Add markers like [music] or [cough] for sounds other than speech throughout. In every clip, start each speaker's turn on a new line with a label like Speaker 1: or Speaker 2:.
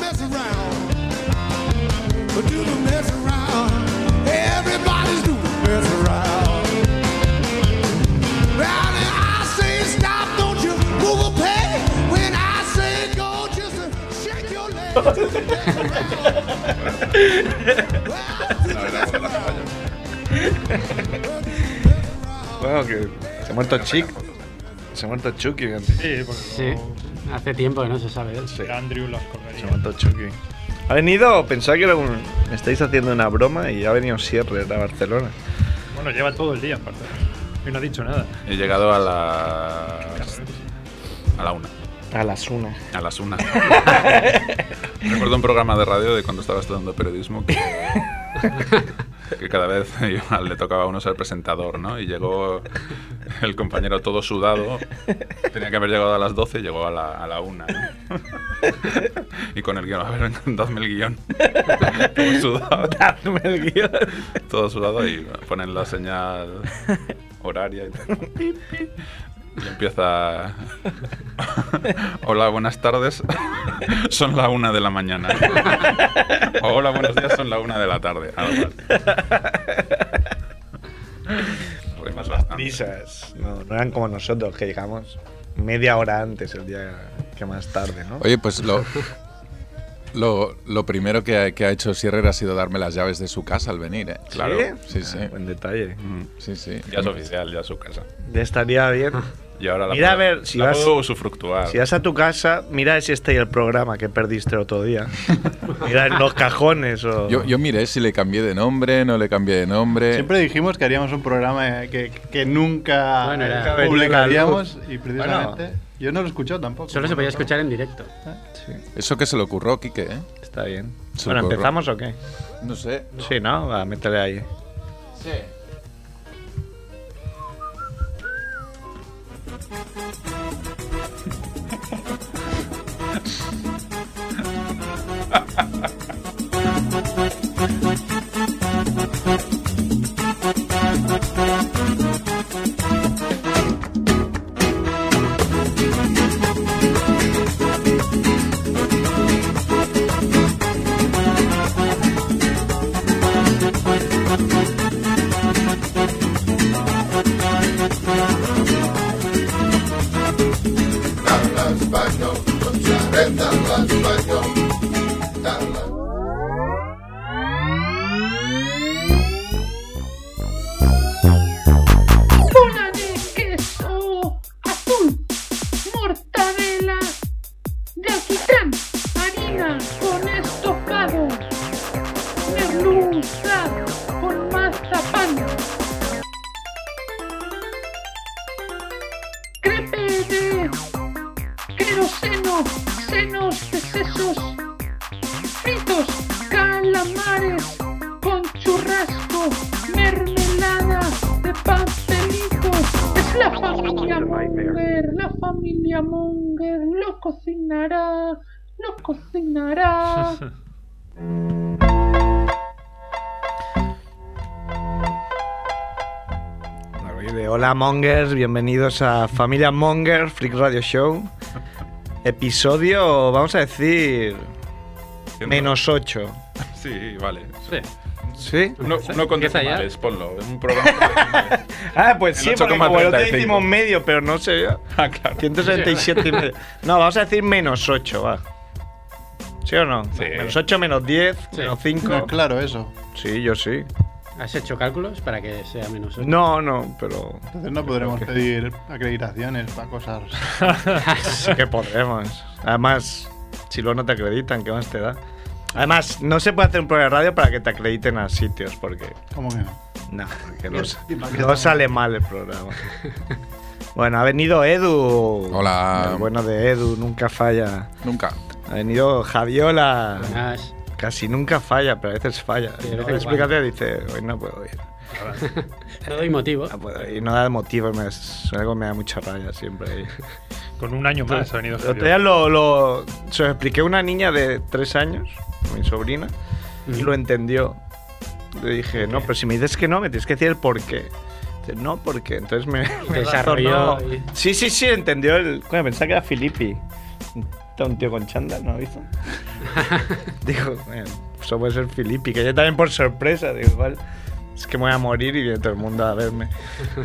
Speaker 1: mess around. But do the mess around. Everybody's doing mess around. Well, then I say stop, don't you move a peg. When I say go, just uh, shake your leg. Do the mess around. Well, do the mess around. Well, do the mess around.
Speaker 2: Bueno, que se ha muerto Chick. Se ha muerto Chucky, fíjate.
Speaker 3: Sí, porque
Speaker 4: Sí,
Speaker 3: no-
Speaker 4: hace tiempo que no se sabe. de él.
Speaker 2: Sí,
Speaker 3: Andrew las
Speaker 2: se
Speaker 3: colgaría.
Speaker 2: ha muerto Chucky. Ha venido, pensaba que era un. Me estáis haciendo una broma y ha venido Sierra a Barcelona.
Speaker 3: Bueno, lleva todo el día, aparte. Y no ha dicho nada.
Speaker 5: He llegado a las. a la una.
Speaker 2: A las una.
Speaker 5: A las
Speaker 2: [laughs]
Speaker 5: una. Recuerdo un programa de radio de cuando estaba estudiando periodismo
Speaker 2: [laughs]
Speaker 5: que, que cada vez [laughs] yo- le tocaba a uno ser presentador, ¿no? Y llegó [laughs] el compañero todo sudado. Tenía que haber llegado a las 12 y llegó a la, a la una.
Speaker 2: [laughs]
Speaker 5: ¿no? Y con el guión, a ver, [laughs] dadme el guión. Todo sudado,
Speaker 2: Dadme el guión.
Speaker 5: todo sudado y ponen la señal horaria y
Speaker 2: [laughs]
Speaker 5: tal. Y empieza. Hola, buenas tardes. [laughs] Son la una de la
Speaker 2: [laughs]
Speaker 5: mañana. O hola, buenos días. Son la una de la tarde. Algo
Speaker 2: [laughs]
Speaker 5: así. Rimas Pues bastante.
Speaker 2: Prisas. No, no eran como nosotros que llegamos media hora antes el día que más tarde, ¿no?
Speaker 6: Oye, pues lo, lo, lo primero que ha, que ha hecho Sierrer ha sido darme las llaves de su casa al venir, ¿eh?
Speaker 5: claro.
Speaker 6: Sí, sí.
Speaker 2: Ah, buen detalle.
Speaker 5: Mm.
Speaker 6: Sí, sí.
Speaker 5: Ya es oficial, ya es su casa.
Speaker 2: Ya estaría bien.
Speaker 5: Y ahora la
Speaker 2: Mira, a
Speaker 5: puedo-
Speaker 2: ver, si
Speaker 5: la
Speaker 2: vas-
Speaker 5: puedo usufructuar.
Speaker 2: Si vas a tu casa, mira si está ahí el programa que perdiste el otro día. Mira en los cajones o.
Speaker 6: Yo, yo miré si le cambié de nombre, no le cambié de nombre.
Speaker 7: Siempre dijimos que haríamos un programa eh, que, que nunca
Speaker 4: Bueno, era-
Speaker 7: nunca publicaríamos y precisamente
Speaker 2: Bueno.
Speaker 7: yo no lo escuché tampoco.
Speaker 4: Solo se podía escuchar en directo.
Speaker 2: Sí,
Speaker 6: Eso que se le ocurrió, Quique, ¿eh?
Speaker 2: está bien.
Speaker 6: Socorro.
Speaker 2: Bueno, ¿empezamos o qué?
Speaker 6: No sé.
Speaker 2: Sí, ¿no? Va, métele ahí.
Speaker 8: bola de queso azul, mortadela de alquitrán, harina con estofado, merluza con mazapán, crepe de queroseno, senos de sesos, fritos, calamares con churrasco, mermelada de pastelito. Es la familia Munger, la familia Munger lo cocinará, lo
Speaker 7: [laughs]
Speaker 8: cocinará.
Speaker 2: Ahí de Hola Mongers, bienvenidos a Familia Monger, Freak Radio Show. Episodio, vamos a decir,
Speaker 5: Siento-
Speaker 2: menos 8.
Speaker 5: Sí, vale.
Speaker 4: Sí.
Speaker 2: ¿Sí?
Speaker 5: No, no con
Speaker 4: Empieza ya.
Speaker 5: decimales, ponlo. Es un
Speaker 4: [laughs]
Speaker 5: programa.
Speaker 2: Ah, pues sí,
Speaker 5: En
Speaker 2: porque como el otro día
Speaker 5: 8,35.
Speaker 2: hicimos medio, pero no sé yo.
Speaker 5: ah, claro.
Speaker 2: 167 y medio. No, vamos a decir menos 8, va. ¿Sí o no?
Speaker 5: Sí.
Speaker 2: Menos 8, menos 10,
Speaker 4: Sí.
Speaker 2: menos
Speaker 7: No,
Speaker 2: 5.
Speaker 7: claro, eso.
Speaker 2: Sí, yo sí.
Speaker 4: ¿Has hecho cálculos para que sea menos uno?
Speaker 2: No, no, pero
Speaker 7: Entonces no podremos pedir acreditaciones para cosas.
Speaker 2: sí que podremos. Además, si luego no te acreditan, ¿qué más te da? Además, no se puede hacer un programa de radio para que te acrediten a sitios, porque
Speaker 7: ¿Cómo que no?
Speaker 2: No, porque [laughs] no, sa- no sale mal el programa. Bueno, ha venido Edu.
Speaker 6: Hola.
Speaker 2: El bueno de Edu, nunca falla.
Speaker 6: Nunca.
Speaker 2: Ha venido Javiola.
Speaker 4: Buenas.
Speaker 2: Casi nunca falla, pero a veces falla.
Speaker 4: Sí,
Speaker 2: Y
Speaker 4: de
Speaker 2: luego
Speaker 4: vez en
Speaker 2: explícate, dice, hoy no puedo ir.
Speaker 4: No doy motivo.
Speaker 2: No puedo ir. Ah, pues, Y no da motivo, me, es algo que me da mucha raya siempre.
Speaker 3: [laughs]
Speaker 2: Ah,
Speaker 3: Con un año más ha venido
Speaker 2: El otro día
Speaker 3: Javier.
Speaker 2: lo, lo- se lo expliqué a una niña de tres años, mi sobrina, y lo entendió. Le dije, no, pero si me dices que no, me tienes que decir el por qué. Dice, No, porque entonces
Speaker 3: [laughs]
Speaker 2: me, me
Speaker 4: Desarrolló
Speaker 2: razonó.
Speaker 4: y-
Speaker 2: Sí, sí, sí, entendió el. Coño, pensaba que era Filippi. Está un tío con chándal, ¿no ha visto? [laughs] digo, eh, eso puede ser Filippi, que yo también por sorpresa, digo, igual. Es que me voy a morir y viene todo el mundo
Speaker 3: [laughs]
Speaker 2: a verme.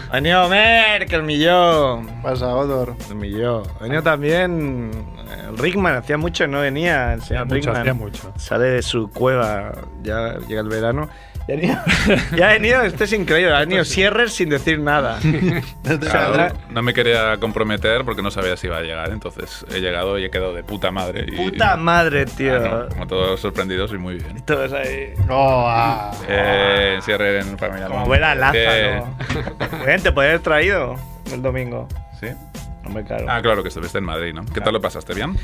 Speaker 2: Ha venido Merck, el millón.
Speaker 7: Pasa, Odor.
Speaker 2: El millón. Ha venido también eh, Rickman, hacía mucho que no venía. El señor
Speaker 3: mucho,
Speaker 2: Rickman.
Speaker 3: hacía mucho.
Speaker 2: Sale de su cueva, ya llega el verano. Y ha venido, [laughs] ya ha venido, esto es increíble, ha venido Sierrer sin
Speaker 3: [laughs]
Speaker 2: decir nada.
Speaker 5: Claro,
Speaker 2: Saldrá-
Speaker 5: no me quería comprometer porque no sabía si iba a llegar, entonces he llegado y he quedado de puta madre. y-
Speaker 2: Puta madre, tío.
Speaker 5: Ah, no, como todos sorprendidos y muy bien.
Speaker 2: Todos ahí.
Speaker 7: Oh, ah.
Speaker 5: Eh, cierre en familia.
Speaker 2: Como
Speaker 5: Montt.
Speaker 2: ver a Lázaro.
Speaker 5: [laughs] Eh,
Speaker 2: Bien, te podías haber traído el domingo.
Speaker 5: ¿Sí?
Speaker 2: No me caro.
Speaker 5: Ah, claro que estuviste en Madrid, ¿no? ¿Qué tal lo pasaste bien?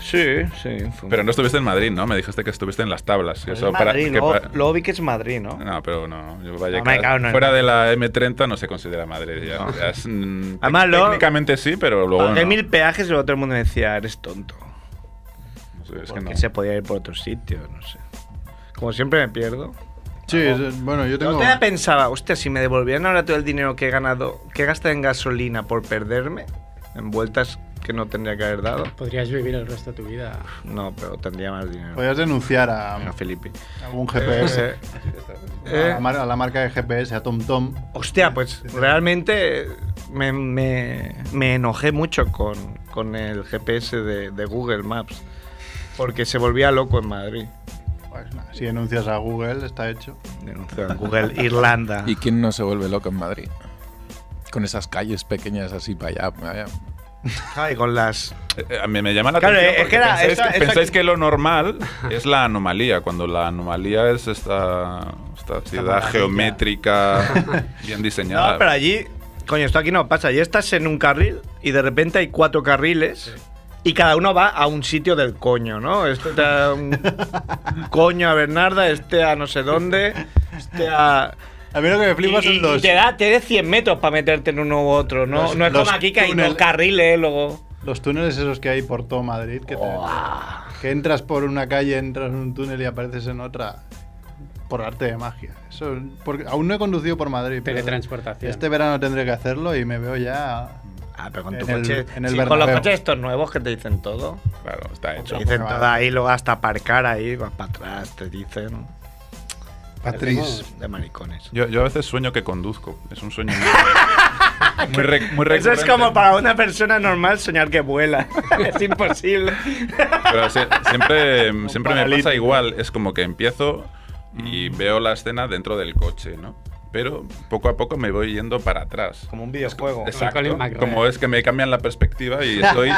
Speaker 2: sí, sí. fue un-
Speaker 5: Pero no estuviste en Madrid, ¿no? Me dijiste que estuviste en las tablas. que
Speaker 2: Es
Speaker 5: eso para-
Speaker 2: Pues Madrid,
Speaker 5: que
Speaker 2: luego,
Speaker 5: pa-
Speaker 2: luego vi que es Madrid, ¿no?
Speaker 5: No, pero no. yo
Speaker 2: No,
Speaker 5: Vallecas-
Speaker 2: me cago en el-
Speaker 5: fuera de la M30 no se considera Madrid. Ya, Ya es, mm,
Speaker 2: [laughs] Además, Ah, luego-
Speaker 5: técnicamente sí, pero luego.
Speaker 2: Pagué
Speaker 5: no.
Speaker 2: mil peajes y luego todo el mundo me decía, eres tonto.
Speaker 5: No sé, es que
Speaker 2: porque
Speaker 5: no.
Speaker 2: se podía ir por otro sitio, no sé. Como siempre me pierdo.
Speaker 7: Sí, es- bueno, yo
Speaker 2: Yo
Speaker 7: tengo.
Speaker 2: pensaba, hostia, si me devolvieran ahora todo el dinero que he ganado, que he gastado en gasolina por perderme, en vueltas que no tendría que haber dado,
Speaker 4: Podrías vivir el resto de tu vida.
Speaker 2: no, pero tendría más dinero.
Speaker 7: Podrías denunciar a
Speaker 2: A Felipe.
Speaker 7: a algún GPS.
Speaker 2: Eh,
Speaker 7: a, la mar- a la marca de GPS, a TomTom.
Speaker 2: Hostia, pues realmente me, me- me enojé mucho con, con el GPS de, de Google Maps, porque se volvía loco en Madrid.
Speaker 7: Pues nada, si denuncias a Google, está hecho.
Speaker 2: Denunció en Google Irlanda.
Speaker 6: ¿Y quién no se vuelve loco en Madrid? Con esas calles pequeñas así para allá. para allá.
Speaker 2: Ay, con las...
Speaker 5: Eh, eh, me, me llama la
Speaker 2: Claro,
Speaker 5: atención.
Speaker 2: es
Speaker 5: porque
Speaker 2: que era-
Speaker 5: pensáis,
Speaker 2: esa-
Speaker 5: que,
Speaker 2: esa
Speaker 5: pensáis
Speaker 2: que-
Speaker 5: que lo normal es la anomalía, cuando la anomalía es esta, esta ciudad
Speaker 2: maravilla.
Speaker 5: geométrica
Speaker 2: [laughs]
Speaker 5: bien diseñada.
Speaker 2: No, pero allí... Coño, esto aquí no pasa. Allí estás en un carril y de repente hay cuatro carriles y cada uno va a un sitio del coño, ¿no? Este te da un coño a Bernarda, este a no sé dónde, este a...
Speaker 7: A mí lo que me flipa
Speaker 2: Y-
Speaker 7: son
Speaker 2: y-
Speaker 7: los.
Speaker 2: y te da, te da 100 metros para meterte en uno u otro, ¿no?
Speaker 7: Los-
Speaker 2: no es
Speaker 7: los
Speaker 2: como aquí que hay
Speaker 7: túneles.
Speaker 2: dos carriles, luego.
Speaker 7: Los túneles esos que hay por todo Madrid, que, te- que entras por una calle, entras en un túnel y apareces en otra por arte de magia. Eso, porque aún no he conducido por Madrid. pero
Speaker 4: Teletransportación.
Speaker 7: Este verano tendré que hacerlo y me veo ya.
Speaker 2: Ah, pero con tu
Speaker 7: En el-
Speaker 2: coche.
Speaker 7: en el
Speaker 2: sí, con los
Speaker 7: Bernabéu.
Speaker 2: coches estos nuevos que te dicen todo.
Speaker 5: Claro, está
Speaker 2: Te
Speaker 5: hecho.
Speaker 2: dicen
Speaker 7: vale.
Speaker 2: todo ahí, luego hasta aparcar ahí, vas para atrás, te dicen.
Speaker 7: Patriz.
Speaker 2: De maricones.
Speaker 5: Yo, yo a veces sueño que conduzco. Es un
Speaker 2: [laughs]
Speaker 5: sueño muy, muy, re- muy
Speaker 2: Eso es
Speaker 5: recurrente.
Speaker 2: como para una persona normal soñar que vuela. [laughs] es imposible.
Speaker 5: Pero se- siempre, mm,
Speaker 7: Un
Speaker 5: siempre me
Speaker 7: paralítico.
Speaker 5: pasa igual. Es como que empiezo y
Speaker 2: Mm.
Speaker 5: veo la escena dentro del coche, ¿no? Pero poco a poco me voy yendo para atrás.
Speaker 2: Como un videojuego.
Speaker 5: Exacto.
Speaker 4: Colin McRae.
Speaker 5: Como es que me cambian la perspectiva y
Speaker 2: [laughs]
Speaker 5: estoy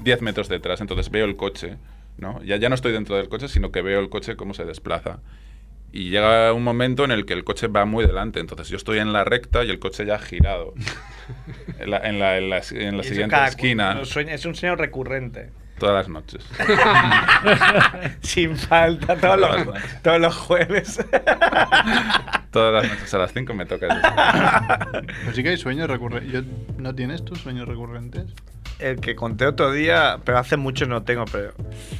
Speaker 5: 10 metros detrás, entonces veo el coche, ¿no? Ya, ya no estoy dentro del coche, sino que veo el coche cómo se desplaza. Y llega un momento en el que el coche va muy delante, entonces yo estoy en la recta y el coche ya ha
Speaker 2: [laughs]
Speaker 5: girado. En la, en la- en la- en la
Speaker 2: Y eso
Speaker 5: siguiente
Speaker 2: cada-
Speaker 5: esquina,
Speaker 2: los sueños- es un sueño recurrente. [laughs]
Speaker 5: todas las noches.
Speaker 2: Sin falta,
Speaker 5: [laughs]
Speaker 2: todos los, todos los jueves.
Speaker 5: Todas las noches a las 5 me toca. el-
Speaker 7: Pero sí que hay sueños recurrentes. ¿No tienes tus sueños recurrentes?
Speaker 2: El que conté otro día, pero hace mucho no tengo, pero.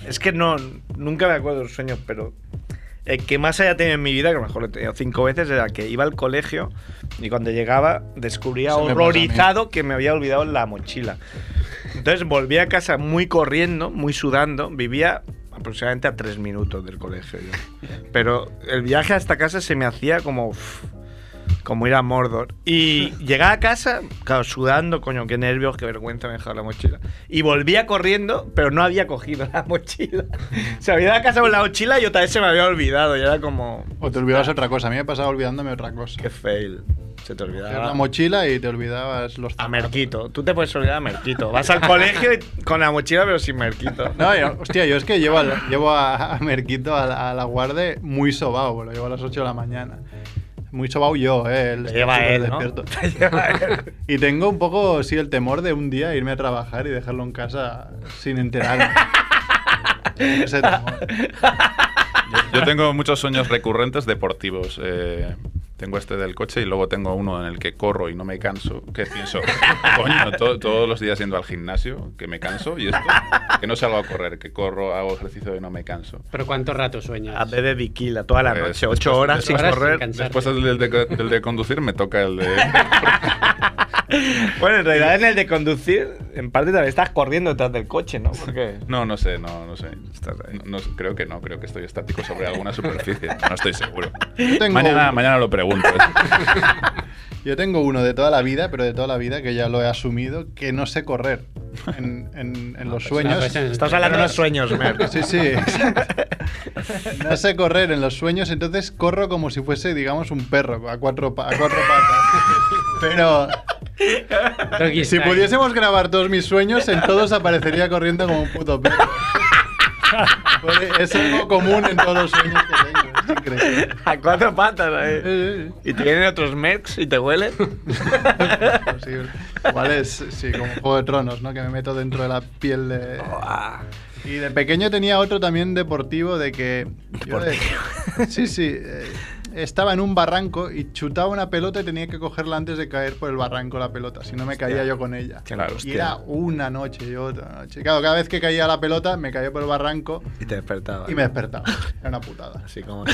Speaker 2: Es que no, nunca me acuerdo de los sueños, pero. El que más haya tenido en mi vida, que a lo mejor lo he tenido cinco veces, era que iba al colegio y cuando llegaba descubría
Speaker 7: Eso me pasa a mí.
Speaker 2: horrorizado que me había olvidado la mochila. Entonces volví a casa muy corriendo, muy sudando. Vivía aproximadamente a tres minutos del colegio. yo. Pero el viaje hasta casa se me hacía como. uf, como ir a Mordor. Y
Speaker 7: [laughs]
Speaker 2: llegaba a casa, claro, sudando, coño, qué nervios, qué vergüenza me he dejado la mochila. Y volvía corriendo, pero no había cogido la mochila. [laughs] Se había ido a casa con la mochila y otra vez se me había olvidado. Y era como,
Speaker 7: ¿O te olvidabas otra cosa? A mí me pasaba olvidándome otra cosa.
Speaker 2: qué fail. Se te
Speaker 7: Tenías La
Speaker 2: olvidaba.
Speaker 7: mochila y te olvidabas los
Speaker 2: A
Speaker 7: zapatos.
Speaker 2: Merquito. Tú te puedes olvidar a Merquito. Vas al colegio y- con la mochila, pero sin Merquito.
Speaker 7: [laughs] No, yo- hostia, yo es que llevo, al- llevo a, a Merquito a la, a la guarde muy sobao, lo llevo a las 8 de la mañana. Muy sobao yo, eh. Él
Speaker 2: Te
Speaker 7: está
Speaker 2: lleva
Speaker 7: súper
Speaker 2: él, ¿no?
Speaker 7: despierto.
Speaker 2: Te lleva él.
Speaker 7: Y tengo un poco, sí, el temor de un día irme a trabajar y dejarlo en casa sin enterarme. Ese temor.
Speaker 5: Yo tengo muchos sueños recurrentes deportivos. eh, tengo este del coche y luego tengo uno en el que corro y no me canso. Que pienso, [laughs] coño, to- todos los días yendo al gimnasio, que me canso y esto, que no salgo a correr, que corro, hago ejercicio y no me canso.
Speaker 4: Pero ¿cuánto rato sueñas?
Speaker 2: [laughs] A bebé Viquila toda la
Speaker 5: Pues,
Speaker 2: noche, ocho horas
Speaker 4: ocho
Speaker 2: sin
Speaker 4: horas sin
Speaker 2: correr.
Speaker 4: cansar.
Speaker 5: Después del del de, del de conducir me toca el de,
Speaker 2: Bueno, en realidad en el de conducir, en parte también estás corriendo detrás del coche, ¿no? Porque
Speaker 5: No, no sé, no, no sé. Estás ahí. No- no- creo que no, creo que estoy estático sobre alguna superficie. No estoy seguro.
Speaker 7: Tengo
Speaker 5: Mañana,
Speaker 7: uno.
Speaker 5: mañana lo pregunto. ¿eh?
Speaker 7: Yo tengo uno de toda la vida, pero de toda la vida que ya lo he asumido, que no sé correr en, en- en
Speaker 2: pues
Speaker 7: los sueños.
Speaker 4: pues [laughs]
Speaker 2: estás hablando de los sueños, Mer.
Speaker 7: Sí, sí. [laughs] No sé correr en los sueños, entonces corro como si fuese, digamos, un perro a cuatro, pa- a cuatro patas. Pero si pudiésemos grabar todos mis sueños, en todos aparecería corriendo como un puto perro. Porque Es algo común en todos los sueños que tengo. Es increíble.
Speaker 2: [laughs]
Speaker 7: [laughs]
Speaker 2: A cuatro patas, ¿eh?
Speaker 7: Eh, eh,
Speaker 2: Y te vienen otros mercs y te huelen.
Speaker 7: eh, imposible. Igual es, sí, como un juego de tronos, ¿no? Que me meto dentro de la piel de.
Speaker 2: Ah,
Speaker 7: Y de pequeño tenía otro también deportivo de que... yo de- [laughs] sí, sí. eh, estaba en un barranco y chutaba una pelota y tenía que cogerla antes de caer por el barranco la pelota, si no me caía yo con ella.
Speaker 5: Claro,
Speaker 7: y era una noche y otra noche. Claro, cada vez que caía la pelota me caía por el barranco
Speaker 2: Y te despertaba.
Speaker 7: y me despertaba. Era una putada.
Speaker 2: Así como.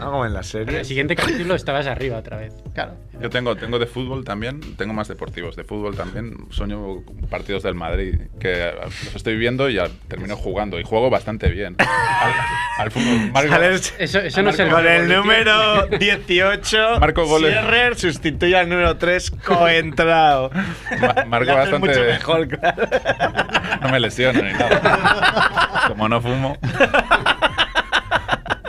Speaker 2: no, como en la
Speaker 4: En
Speaker 2: serie.
Speaker 4: el siguiente capítulo estabas arriba otra vez.
Speaker 7: Claro.
Speaker 5: Yo tengo, tengo de fútbol también, tengo más deportivos. De fútbol también sueño partidos del Madrid, que a- los estoy viendo y a- termino jugando. Y juego bastante bien. Al, al fútbol. Marco,
Speaker 2: Sales
Speaker 4: Eso, eso no es el ¿eh?
Speaker 2: Con el
Speaker 4: tío.
Speaker 2: número 18,
Speaker 5: Marco goles.
Speaker 2: Scherrer sustituye al número 3, coentrado.
Speaker 5: Ma-
Speaker 2: [laughs]
Speaker 5: marco
Speaker 2: Lo haces
Speaker 5: bastante-
Speaker 2: mucho mejor, claro.
Speaker 5: No me lesiono ni nada. Como no fumo.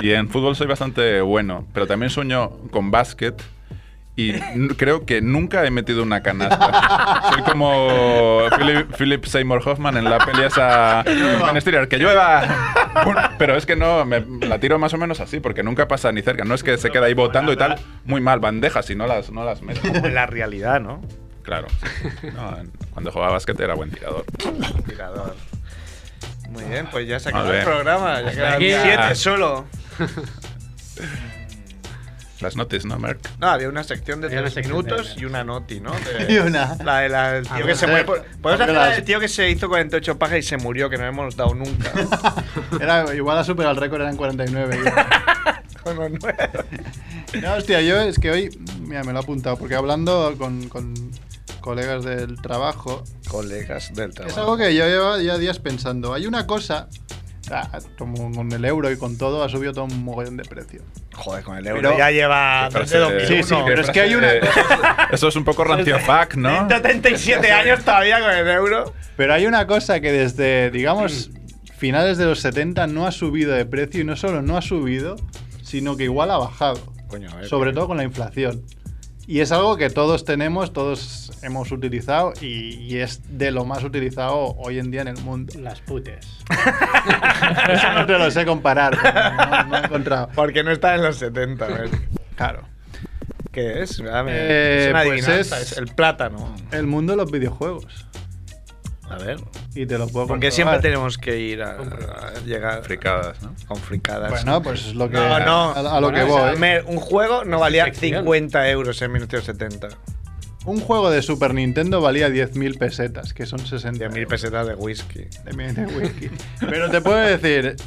Speaker 5: Y en fútbol soy bastante bueno, pero también sueño con básquet. Y n- creo que nunca he metido una canasta. Soy como Philip, Philip Seymour Hoffman en la peli esa en exterior, que llueva. Pero es que no, me, la tiro más o menos así, porque nunca pasa ni cerca. No es que se queda ahí botando y tal, muy mal, bandejas y no las, no las meto.
Speaker 2: Como en la realidad, ¿no?
Speaker 5: Claro. No, en- cuando jugaba básquet era buen tirador.
Speaker 2: Tirador. Muy bien, pues ya se
Speaker 5: Muy
Speaker 2: acabó el
Speaker 5: bien.
Speaker 2: programa. Ya quedan
Speaker 4: aquí.
Speaker 2: 7 solo.
Speaker 5: Las notes, ¿no, Merck?
Speaker 2: No, había una sección de
Speaker 4: Había una
Speaker 2: 3
Speaker 4: sección de-
Speaker 2: minutos y una noti, ¿no?
Speaker 7: [laughs]
Speaker 2: De-
Speaker 7: Y una.
Speaker 2: La de la- el tío que
Speaker 7: no
Speaker 2: se
Speaker 7: sé.
Speaker 2: muere. por- Podemos hacer
Speaker 7: Porque
Speaker 2: la
Speaker 7: las-
Speaker 2: del tío que se hizo 48 pajas y se murió, que no hemos dado nunca.
Speaker 7: Era, igual a superar el récord eran 49.
Speaker 2: Con los nueve.
Speaker 7: No, hostia, yo es que hoy, mira, me lo he apuntado, porque hablando con, con colegas del trabajo,
Speaker 2: Colegas del
Speaker 7: es
Speaker 2: trabajo.
Speaker 7: algo que yo llevo ya días pensando. Hay una cosa, ah, como con el euro y con todo, ha subido todo un mogollón de precio.
Speaker 2: Joder, con el euro
Speaker 7: Pero-
Speaker 2: ya lleva
Speaker 5: Frase-
Speaker 2: desde 2001.
Speaker 7: Sí, sí, pero es que hay una-
Speaker 5: Eh, Eso es un poco rancio fac, ¿no?
Speaker 2: 137 años todavía con el euro.
Speaker 7: Pero hay una cosa que desde,
Speaker 2: [clears throat]
Speaker 7: digamos, finales de los 70 no ha subido de precio y no solo no ha subido, sino que igual ha bajado.
Speaker 2: Coño, a ver,
Speaker 7: sobre todo con la inflación. Y es algo que todos tenemos, todos hemos utilizado y, y es de lo más utilizado hoy en día en el
Speaker 2: [laughs]
Speaker 7: mundo.
Speaker 4: Las putes.
Speaker 7: Eso no te lo sé comparar, no, no he encontrado.
Speaker 2: Porque no está en los 70, a ver.
Speaker 7: Claro.
Speaker 2: ¿Qué es? Ah, mira,
Speaker 7: Eh,
Speaker 2: es una
Speaker 7: pues
Speaker 2: adivinanza,
Speaker 7: es-
Speaker 2: es el plátano.
Speaker 7: El mundo de los videojuegos.
Speaker 2: A ver.
Speaker 7: Y te lo puedo
Speaker 2: Porque
Speaker 7: comprobar.
Speaker 2: siempre tenemos que ir a, a llegar
Speaker 5: Fricadas, ¿no?
Speaker 2: con fricadas.
Speaker 7: Bueno, pues es lo que,
Speaker 2: no, no.
Speaker 7: A, a lo que
Speaker 4: Bueno,
Speaker 7: voy.
Speaker 2: Mer, un juego no valía
Speaker 4: sección.
Speaker 2: 50 euros en 1970.
Speaker 7: Un juego de Super Nintendo valía 10.000 pesetas, que son 60
Speaker 2: 10.000
Speaker 7: euros.
Speaker 2: pesetas de whisky.
Speaker 7: De mi- de whisky. Pero te puedo decir,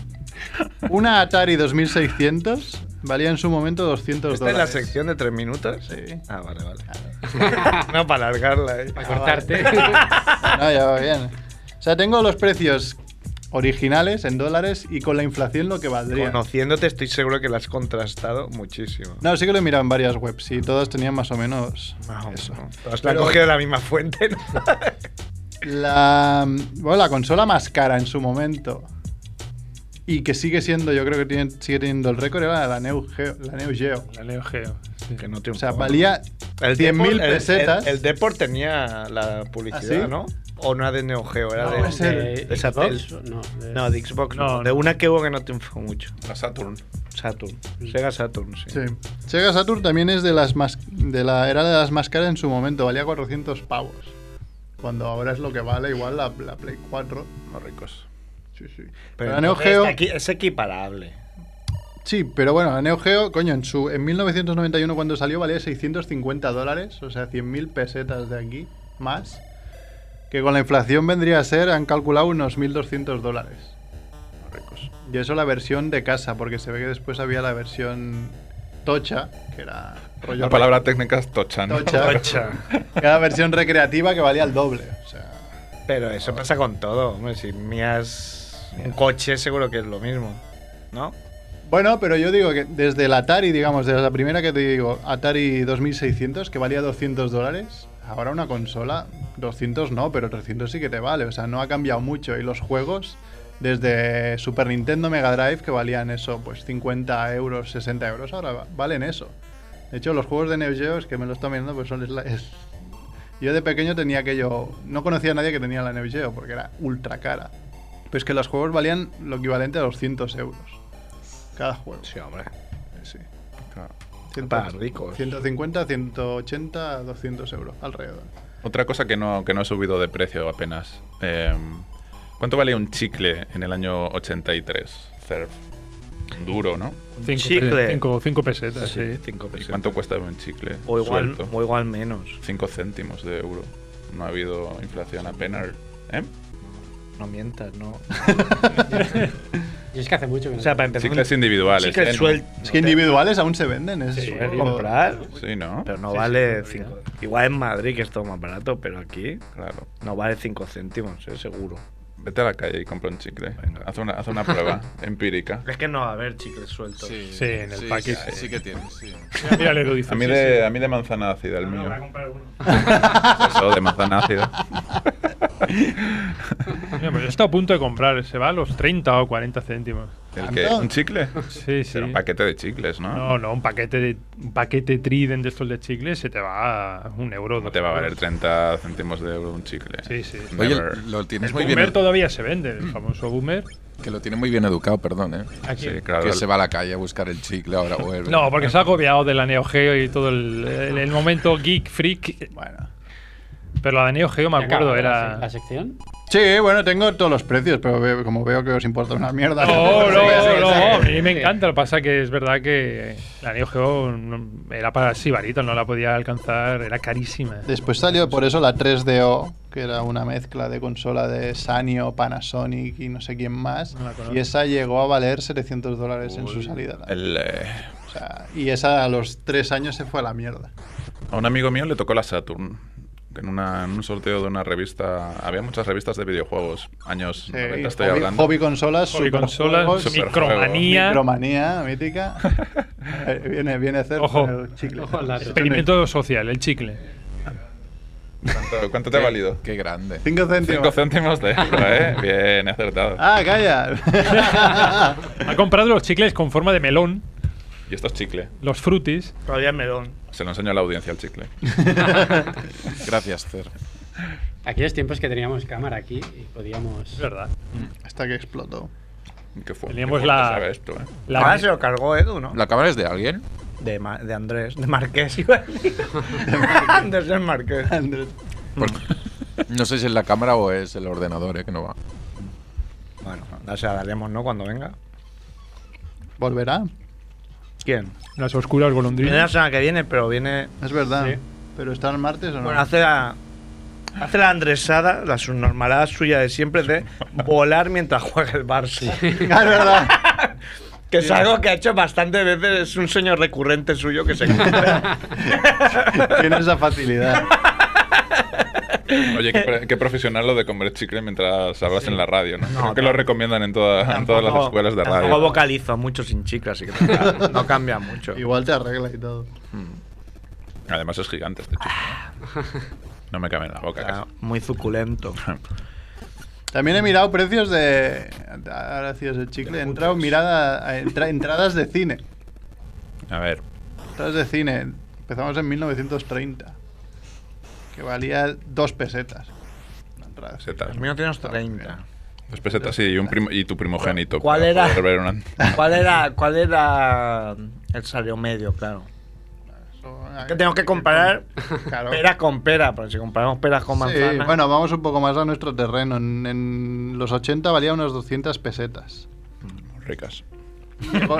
Speaker 7: una Atari 2600 valía en su momento 200
Speaker 2: ¿Esta es la
Speaker 7: dólares.
Speaker 2: sección de 3 minutos?
Speaker 7: Sí.
Speaker 2: Ah, vale, vale. [laughs] no, para alargarla. ¿eh?
Speaker 4: Para
Speaker 2: [laughs]
Speaker 4: cortarte.
Speaker 7: No, Ah, ya va bien. O sea, tengo los precios originales en dólares y con la inflación lo que valdría.
Speaker 2: Conociéndote, estoy seguro que la has contrastado muchísimo.
Speaker 7: No, sí que lo he mirado en varias webs y todas tenían más o menos
Speaker 2: Ah,
Speaker 7: eso.
Speaker 2: bueno. Todas la han cogido de la misma fuente. ¿no? [laughs]
Speaker 7: La, bueno, la consola más cara en su momento y que sigue siendo, yo creo que tiene- sigue teniendo el récord, era la Neo Geo. La Neo Geo.
Speaker 3: La Neo Geo. sí.
Speaker 2: que no
Speaker 7: O sea, valía
Speaker 2: El
Speaker 7: 100.000
Speaker 2: Depor- el-
Speaker 7: pesetas.
Speaker 2: El, el, Depor tenía la publicidad,
Speaker 7: ¿Ah, sí?
Speaker 2: ¿no? O no era de Neo Geo, era
Speaker 7: No,
Speaker 2: de.
Speaker 7: es el-
Speaker 4: De-
Speaker 2: de Xbox?
Speaker 4: Xbox, No, de-
Speaker 2: No, de Xbox no.
Speaker 3: No,
Speaker 2: De
Speaker 3: no.
Speaker 2: una que hubo que no triunfó mucho.
Speaker 5: La Saturn.
Speaker 2: Saturn. Sega Saturn, sí.
Speaker 7: Sí. Sega Saturn también es de las más de la era de las más caras en su momento, valía 400 pavos. Cuando ahora es lo que vale igual la, la Play 4.
Speaker 5: Los ricos.
Speaker 7: Sí, sí.
Speaker 2: Pero
Speaker 7: Pero la Neo
Speaker 2: entonces
Speaker 7: Geo,
Speaker 2: aquí es equiparable.
Speaker 7: sí, pero bueno, la Neo Geo, coño, en su en 1991 cuando salió valía 650 dólares, o sea, 100.000 pesetas de aquí más, que con la inflación vendría a ser han calculado unos 1200 dólares.
Speaker 5: Los ricos.
Speaker 7: Y eso la versión de casa, porque se ve que después había la versión tocha, que era rollo
Speaker 5: La palabra técnica es tocha, ¿no?
Speaker 7: tocha,
Speaker 2: Tocha.
Speaker 7: era versión recreativa que valía el doble. O sea,
Speaker 2: Pero eso pasa con todo. Hombre, si mías un coche, seguro que es lo mismo. ¿No?
Speaker 7: Bueno, pero yo digo que desde el Atari, digamos, desde la primera que te digo, Atari 2600, que valía 200 dólares, ahora una consola, 200 no, pero 300 sí que te vale, o sea, no ha cambiado mucho. Y los juegos, desde Super Nintendo Mega Drive, que valían eso, pues 50 euros, 60 euros, ahora va- valen eso. De hecho, los juegos de Neo Geo, es que me lo estoy mirando, pues son... la- es- Yo de pequeño tenía aquello... No conocía a nadie que tenía la Neo Geo, porque era ultra cara. Pero es que los juegos valían lo equivalente a 200 euros. Cada juego.
Speaker 2: Sí, hombre.
Speaker 7: Sí.
Speaker 5: Claro.
Speaker 7: Ciento-
Speaker 2: Para ricos.
Speaker 7: 150, 180, 200 euros alrededor.
Speaker 5: Otra cosa que no, que no ha subido de precio apenas. Eh, ¿Cuánto valía un chicle en el año 83? Cerf. Duro, ¿no?
Speaker 3: Cinco,
Speaker 2: Chicle.
Speaker 3: pe- cinco, cinco pesetas, sí.
Speaker 2: Cinco
Speaker 5: ¿Y
Speaker 2: pesetas.
Speaker 5: cuánto cuesta un chicle?
Speaker 2: O igual,
Speaker 5: suelto?
Speaker 2: o igual menos.
Speaker 5: 5 céntimos de euro. No ha habido inflación apenas. ¿Eh?
Speaker 2: No mientas, no.
Speaker 4: Y es que hace mucho que no.
Speaker 2: O sea, para empezar.
Speaker 5: Chicles individuales.
Speaker 2: chicles
Speaker 5: ¿eh?
Speaker 2: suel-
Speaker 7: Es que individuales aún se venden. Es
Speaker 2: Puedes
Speaker 7: como-
Speaker 2: comprar,
Speaker 5: Sí, ¿no?
Speaker 2: pero no
Speaker 4: Sí, sí,
Speaker 2: vale
Speaker 4: sí,
Speaker 2: 5. Igual en Madrid, que es todo más barato, pero aquí
Speaker 5: Claro.
Speaker 2: no vale 5 céntimos, eh, seguro.
Speaker 5: Vete a la calle y compra un chicle.
Speaker 2: Venga.
Speaker 5: Haz una, haz una
Speaker 3: [laughs]
Speaker 5: prueba empírica.
Speaker 2: Es que no va a haber chicles sueltos.
Speaker 3: Sí, en el paquete.
Speaker 6: Sí, sí que tienes, sí.
Speaker 3: Mira, mira, le lo dice.
Speaker 5: A mí,
Speaker 3: sí,
Speaker 5: de,
Speaker 3: sí.
Speaker 5: a mí de manzana ácida, el mío.
Speaker 3: comprar uno.
Speaker 5: [laughs] Eso, de manzana ácida.
Speaker 3: Mira, pero yo he estado a punto de comprar. Se va a los 30 o 40 céntimos.
Speaker 5: ¿El qué?
Speaker 7: ¿Tanto?
Speaker 5: ¿Un chicle?
Speaker 3: Sí, sí.
Speaker 5: Era un paquete de chicles, ¿no?
Speaker 3: No, no, un paquete de un paquete Trident de estos de chicles se te va a un euro.
Speaker 5: No
Speaker 3: dos
Speaker 5: te va a
Speaker 3: euros.
Speaker 5: valer 30 céntimos de euro un chicle.
Speaker 3: Sí, sí. El
Speaker 6: Oye,
Speaker 5: Never.
Speaker 6: lo tienes muy
Speaker 3: boomer
Speaker 6: bien.
Speaker 3: todavía se vende, el famoso boomer.
Speaker 6: Que lo tiene muy bien educado, perdón, ¿eh?
Speaker 3: Aquí.
Speaker 5: Sí, claro.
Speaker 6: Que se va a la calle a buscar el chicle ahora. o el-
Speaker 3: No, porque se ha agobiado de la Neo Geo y todo el, el- el momento geek freak.
Speaker 7: Bueno.
Speaker 3: Pero la de Neo Geo me
Speaker 4: Ya acaba
Speaker 3: acuerdo,
Speaker 4: la
Speaker 3: era.
Speaker 4: sec- La sección.
Speaker 7: Sí, bueno, tengo todos los precios, pero veo- como veo que os importa una mierda.
Speaker 3: No,
Speaker 7: [laughs] Sí, sí,
Speaker 3: no,
Speaker 7: sí.
Speaker 3: no, a mí me encanta. Lo que pasa que es verdad que la Neo Geo no- era para sibaritos, no la podía alcanzar, era carísima.
Speaker 7: Después salió por eso la 3DO, que era una mezcla de consola de Sanyo, Panasonic y no sé quién más.
Speaker 3: No la conozco.
Speaker 7: y esa llegó a valer 700 dólares en su salida.
Speaker 5: El, eh,
Speaker 7: O sea, y esa a los tres años se fue a la mierda.
Speaker 5: a un amigo mío le tocó la Saturn. En, una- en un sorteo de una revista. Había muchas revistas de videojuegos. Años
Speaker 7: Sí,
Speaker 5: 90
Speaker 7: y
Speaker 5: estoy
Speaker 7: hobby,
Speaker 5: hablando.
Speaker 7: hobby consolas,
Speaker 3: Hobby consolas,
Speaker 7: superjuegos,
Speaker 5: superjuegos,
Speaker 3: micromanía,
Speaker 7: Micromanía mítica.
Speaker 3: [laughs]
Speaker 7: Eh, viene, viene a hacer
Speaker 3: Ojo.
Speaker 7: el chicle. Este
Speaker 4: Ojo al dato.
Speaker 3: experimento social, el chicle.
Speaker 5: ¿Cuánto, cuánto te ha valido?
Speaker 6: Qué grande.
Speaker 7: 5 céntimos.
Speaker 5: 5 céntimos de euro,
Speaker 7: [laughs]
Speaker 5: ¿eh? Bien, he acertado.
Speaker 7: Ah,
Speaker 3: [laughs]
Speaker 7: calla.
Speaker 3: Ha comprado los chicles con forma de melón,
Speaker 5: Y esto es chicle.
Speaker 3: los frutis.
Speaker 2: Todavía es melón.
Speaker 5: Se lo enseño a la audiencia el chicle.
Speaker 6: Gracias, Cer.
Speaker 4: Aquellos tiempos que teníamos cámara aquí y podíamos.
Speaker 3: Es verdad.
Speaker 7: [laughs] Hasta que explotó.
Speaker 5: ¿Qué fue?
Speaker 3: Teníamos
Speaker 5: qué fuerte
Speaker 3: la-
Speaker 5: sabe esto, ¿eh?
Speaker 2: Ahora Ah, se lo cargó Edu, ¿no?
Speaker 6: ¿La cámara es de alguien?
Speaker 2: De, Ma- de Andrés, de Marqués iba a
Speaker 5: [laughs]
Speaker 2: decir. Andrés es Marqués.
Speaker 7: Andrés.
Speaker 5: [laughs]
Speaker 6: Porque- no sé si es la cámara o es el ordenador, ¿eh? Que no va.
Speaker 2: Bueno, o sea, daremos, ¿no? Cuando venga.
Speaker 7: ¿Volverá?
Speaker 2: ¿Quién?
Speaker 3: Las oscuras
Speaker 2: Viene la
Speaker 3: golondrinas.
Speaker 2: semana que viene, pero viene.
Speaker 7: Es verdad.
Speaker 4: Sí.
Speaker 7: ¿Pero está el martes o no?
Speaker 2: Bueno, hace la. Hace la andresada, la subnormalada suya de siempre de volar mientras juega el Barça.
Speaker 7: Ah, [laughs] es
Speaker 2: [laughs]
Speaker 7: verdad.
Speaker 2: Que es algo que ha hecho bastantes veces, es un sueño recurrente suyo que se cumple.
Speaker 7: Tiene esa facilidad.
Speaker 5: Oye, qué, pre- qué profesional lo de comer chicle mientras hablas en la radio, ¿no? Creo que lo recomiendan en, toda- en todas las
Speaker 2: Tampoco-
Speaker 5: escuelas de
Speaker 2: tampoco
Speaker 5: radio.
Speaker 2: vocalizo mucho sin chicas, así que no, no cambia mucho.
Speaker 7: Igual te arregla y todo.
Speaker 5: Además es gigante este chicle. ¿no? No me cabe en la boca.
Speaker 2: Está
Speaker 5: casi.
Speaker 2: muy suculento.
Speaker 7: También he mirado precios de. Ahora hacías el chicle. He entrado mirada a entra- entradas de cine.
Speaker 5: A ver,
Speaker 7: Entradas de cine. Empezamos en 1930. Que valía dos pesetas. Una entrada.
Speaker 5: pesetas.
Speaker 2: El mío tiene hasta 30.
Speaker 5: Dos pesetas sí, y, un primo- y tu primogénito.
Speaker 2: ¿Cuál
Speaker 5: para
Speaker 2: era?
Speaker 5: poder ver una-
Speaker 2: ¿Cuál era, cuál era el salario medio, claro?
Speaker 7: Eso,
Speaker 2: Que tengo que comparar
Speaker 7: Claro.
Speaker 2: pera con pera, porque si comparamos peras con
Speaker 7: Sí,
Speaker 2: manzanas...
Speaker 7: bueno, vamos un poco más a nuestro terreno. En, en los 80 valía unas 200 pesetas.
Speaker 5: Ricas.
Speaker 7: Llegó-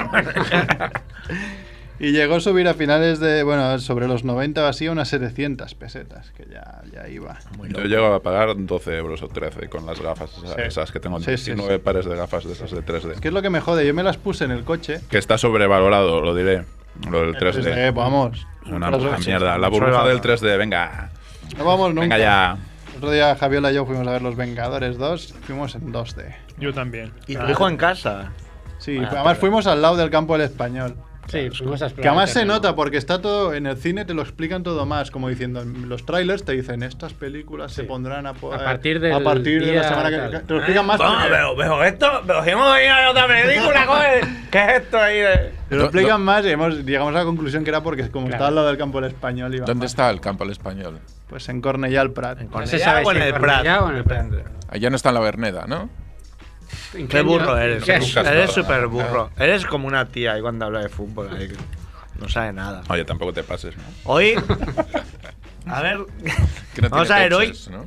Speaker 7: y llegó a subir a finales de, bueno, sobre los 90 o así, unas 700 pesetas, que ya, ya iba.
Speaker 5: Yo llego a pagar 12 euros o 13 con las gafas esas,
Speaker 7: Sí.
Speaker 5: esas que tengo.
Speaker 7: Sí, sí,
Speaker 5: 19
Speaker 7: sí.
Speaker 5: pares de gafas de esas de 3D.
Speaker 7: ¿Qué es lo que me jode? Yo me las puse en el coche.
Speaker 5: Que está sobrevalorado, lo diré. Lo del 3D.
Speaker 7: Eh, vamos.
Speaker 5: Una
Speaker 7: Las
Speaker 5: puta
Speaker 7: ocho.
Speaker 5: mierda. La burbuja del 3D, venga.
Speaker 7: No vamos nunca.
Speaker 5: Venga ya.
Speaker 7: Otro día Javiola y yo fuimos a ver Los Vengadores 2, fuimos en 2D.
Speaker 3: Yo también.
Speaker 2: Y tu hijo en casa.
Speaker 7: Sí,
Speaker 2: Ah,
Speaker 7: además
Speaker 2: pero-
Speaker 7: fuimos al lado del campo del español.
Speaker 4: Sí, fuimos a explorar
Speaker 7: Que además
Speaker 4: el
Speaker 7: se
Speaker 4: terreno.
Speaker 7: nota porque está todo en el cine, te lo explican todo más, como diciendo, en los trailers te dicen, estas películas se
Speaker 4: Sí.
Speaker 7: pondrán a, po- eh,
Speaker 4: A partir del
Speaker 7: a partir de la
Speaker 4: día
Speaker 7: semana que
Speaker 4: tal".
Speaker 7: te lo explican
Speaker 4: [laughs]
Speaker 7: más.
Speaker 2: Vamos, veo, veo esto, pero si hemos venido a otra película, coge. ¿Qué es esto ahí de.?
Speaker 7: Te lo
Speaker 6: Do-
Speaker 7: explican
Speaker 6: do-
Speaker 7: más y hemos, llegamos a la conclusión que era porque como
Speaker 4: Claro.
Speaker 7: está al lado del campo del español iba
Speaker 6: ¿Dónde
Speaker 7: más.
Speaker 6: está el campo al español?
Speaker 7: Pues en Cornellà al Prat.
Speaker 4: No se sabe
Speaker 2: o en
Speaker 4: si
Speaker 2: el
Speaker 4: en
Speaker 2: Prat.
Speaker 4: Cornellá o en el Prat.
Speaker 2: depende.
Speaker 6: Allá no está en la Berneda, ¿no?
Speaker 4: ¿En
Speaker 2: Qué burro
Speaker 4: año-
Speaker 2: eres.
Speaker 4: qué Ah.
Speaker 5: Lucas
Speaker 4: año?
Speaker 2: Eres
Speaker 5: Torres.
Speaker 2: súper burro. Eres como una tía ahí cuando habla de fútbol. ahí que no sabe nada.
Speaker 5: Oye, tampoco te pases, ¿no?
Speaker 2: [laughs] Hoy. A ver.
Speaker 6: Que no
Speaker 2: Vamos
Speaker 6: tiene
Speaker 2: a ver hoy.
Speaker 6: coches, ¿no?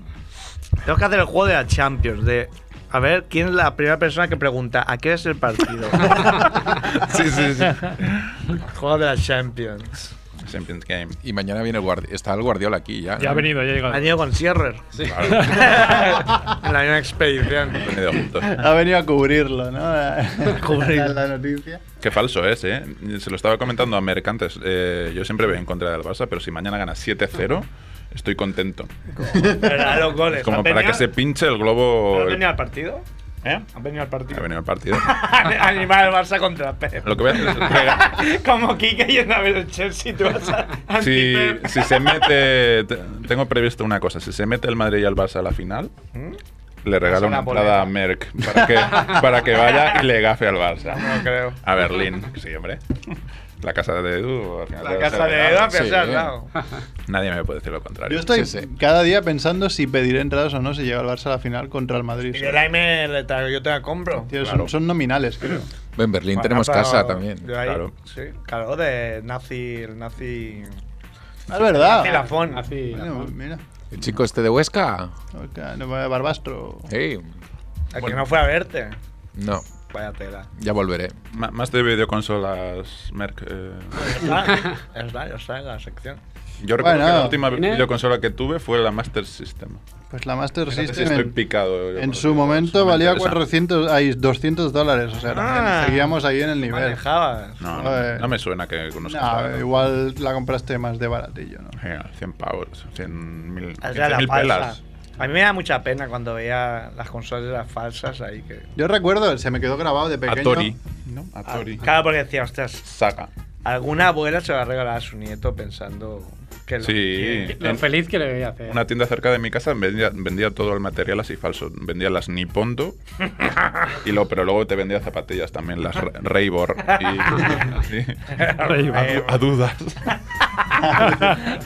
Speaker 2: Tengo que hacer el juego de la Champions. De. A ver, ¿quién es la primera persona que pregunta a qué es el [laughs] partido?
Speaker 5: [laughs] Sí, sí,
Speaker 2: [laughs]
Speaker 5: sí.
Speaker 2: juego de la Champions.
Speaker 5: Champions Game.
Speaker 6: Y mañana viene el Guardi- está el Guardiola aquí ya.
Speaker 3: Ya ha
Speaker 6: ¿no?
Speaker 3: venido, ya ha llegado.
Speaker 2: Han ido con Sierrer.
Speaker 5: Claro,
Speaker 2: en la misma expedición.
Speaker 5: han venido juntos.
Speaker 7: Ha venido a
Speaker 4: [laughs]
Speaker 7: cubrirlo, ¿no?
Speaker 2: Cubrirlo.
Speaker 7: la noticia.
Speaker 5: Qué falso es, ¿eh? Se lo estaba comentando a Mercantes. Eh, yo siempre voy en contra del Barça, pero si mañana gana 7-0, estoy contento.
Speaker 2: Pero los goles.
Speaker 5: Como
Speaker 2: ¿Han
Speaker 5: para
Speaker 2: venido-
Speaker 5: que se pinche el globo.
Speaker 2: ¿Han venido al partido?
Speaker 5: ¿Eh?
Speaker 2: ¿Han venido al
Speaker 5: Ha
Speaker 2: partido?
Speaker 5: venido el partido. [laughs]
Speaker 2: Animar al Barça contra Pep.
Speaker 5: Lo que voy a hacer es
Speaker 6: [laughs]
Speaker 5: rega-
Speaker 2: [laughs] Como Kike yendo a ver el Chelsea, tú vas a.
Speaker 5: si,
Speaker 2: anti-Pep.
Speaker 5: si se mete. te- Tengo previsto una cosa. Si se mete el Madrid y el Barça a la final, le regalo
Speaker 2: ¿Mm? una
Speaker 5: una entrada
Speaker 2: bolera.
Speaker 5: a Merck para que, para que vaya y le gafe al Barça.
Speaker 2: No creo.
Speaker 5: A Berlín, sí, hombre. La casa de Edu. al final
Speaker 2: La
Speaker 5: debe
Speaker 2: casa
Speaker 5: ser
Speaker 2: de
Speaker 5: regalo.
Speaker 2: Eduard, pero
Speaker 6: Sí.
Speaker 2: se ha dado.
Speaker 5: Nadie me puede decir lo contrario.
Speaker 7: Yo estoy
Speaker 6: Sí, sí.
Speaker 7: cada día pensando si pediré entradas o no si llega el Barça a la final contra el Madrid.
Speaker 2: Y yo la me le traigo, yo te la compro.
Speaker 7: Tío, son-
Speaker 5: claro.
Speaker 7: son, nominales, creo.
Speaker 6: En Berlín
Speaker 2: Bueno,
Speaker 6: tenemos
Speaker 2: pero
Speaker 6: casa también.
Speaker 2: yo ahí-
Speaker 5: Claro.
Speaker 2: Sí, claro, de nazi. El nazi.
Speaker 7: Ah, es verdad.
Speaker 2: nazi Lafón.
Speaker 4: Así,
Speaker 7: Bueno, mira,
Speaker 6: El chico este de Huesca.
Speaker 7: acá, no, Barbastro.
Speaker 6: Hey,
Speaker 2: A que no fue a verte.
Speaker 6: no,
Speaker 2: Vaya tela.
Speaker 6: ya volveré.
Speaker 5: Ma- más de videoconsolas, Merck. eh,
Speaker 2: Ya está, ya está, ya está en la sección.
Speaker 5: yo recuerdo
Speaker 7: Bueno.
Speaker 5: que la última
Speaker 4: ¿Tiene?
Speaker 5: videoconsola que tuve fue la Master System.
Speaker 7: Pues la Master
Speaker 5: Fíjate si
Speaker 7: System
Speaker 5: estoy
Speaker 7: en,
Speaker 5: picado. yo
Speaker 7: en
Speaker 5: con
Speaker 7: su
Speaker 5: los
Speaker 7: momento
Speaker 5: videojuegos,
Speaker 7: valía
Speaker 5: no me interesa.
Speaker 7: 400, ay, 200 dólares. O sea,
Speaker 2: Ah.
Speaker 7: seguíamos ahí en el nivel.
Speaker 2: Manejabas.
Speaker 5: No,
Speaker 7: Joder.
Speaker 5: no, no me suena que conozca.
Speaker 7: Nah,
Speaker 5: nada.
Speaker 7: Eh. igual la compraste más de baratillo, ¿no?
Speaker 5: Venga, 100 pavos, 100 mil,
Speaker 2: O sea, la
Speaker 5: pelas.
Speaker 2: falsa. A mí me da mucha pena cuando veía las consolas de las falsas ahí que.
Speaker 7: Yo recuerdo, se me quedó grabado de pequeño.
Speaker 5: Tori.
Speaker 7: ¿no?
Speaker 5: A Tori.
Speaker 2: Claro, porque decía, ostras,
Speaker 5: Saga.
Speaker 2: alguna abuela se va a regalar a su nieto pensando que lo
Speaker 5: Sí.
Speaker 4: [laughs]
Speaker 2: quiere.
Speaker 5: En-
Speaker 4: Lo feliz que le veía
Speaker 7: Eh.
Speaker 4: hacer.
Speaker 5: Una tienda cerca de mi casa vendía, vendía todo el material así falso. Vendía las Nipondo,
Speaker 2: [laughs]
Speaker 5: y lo, pero luego te vendía zapatillas también, las Ra- Raybor. Y, y- a,
Speaker 2: Eh,
Speaker 5: du- a dudas.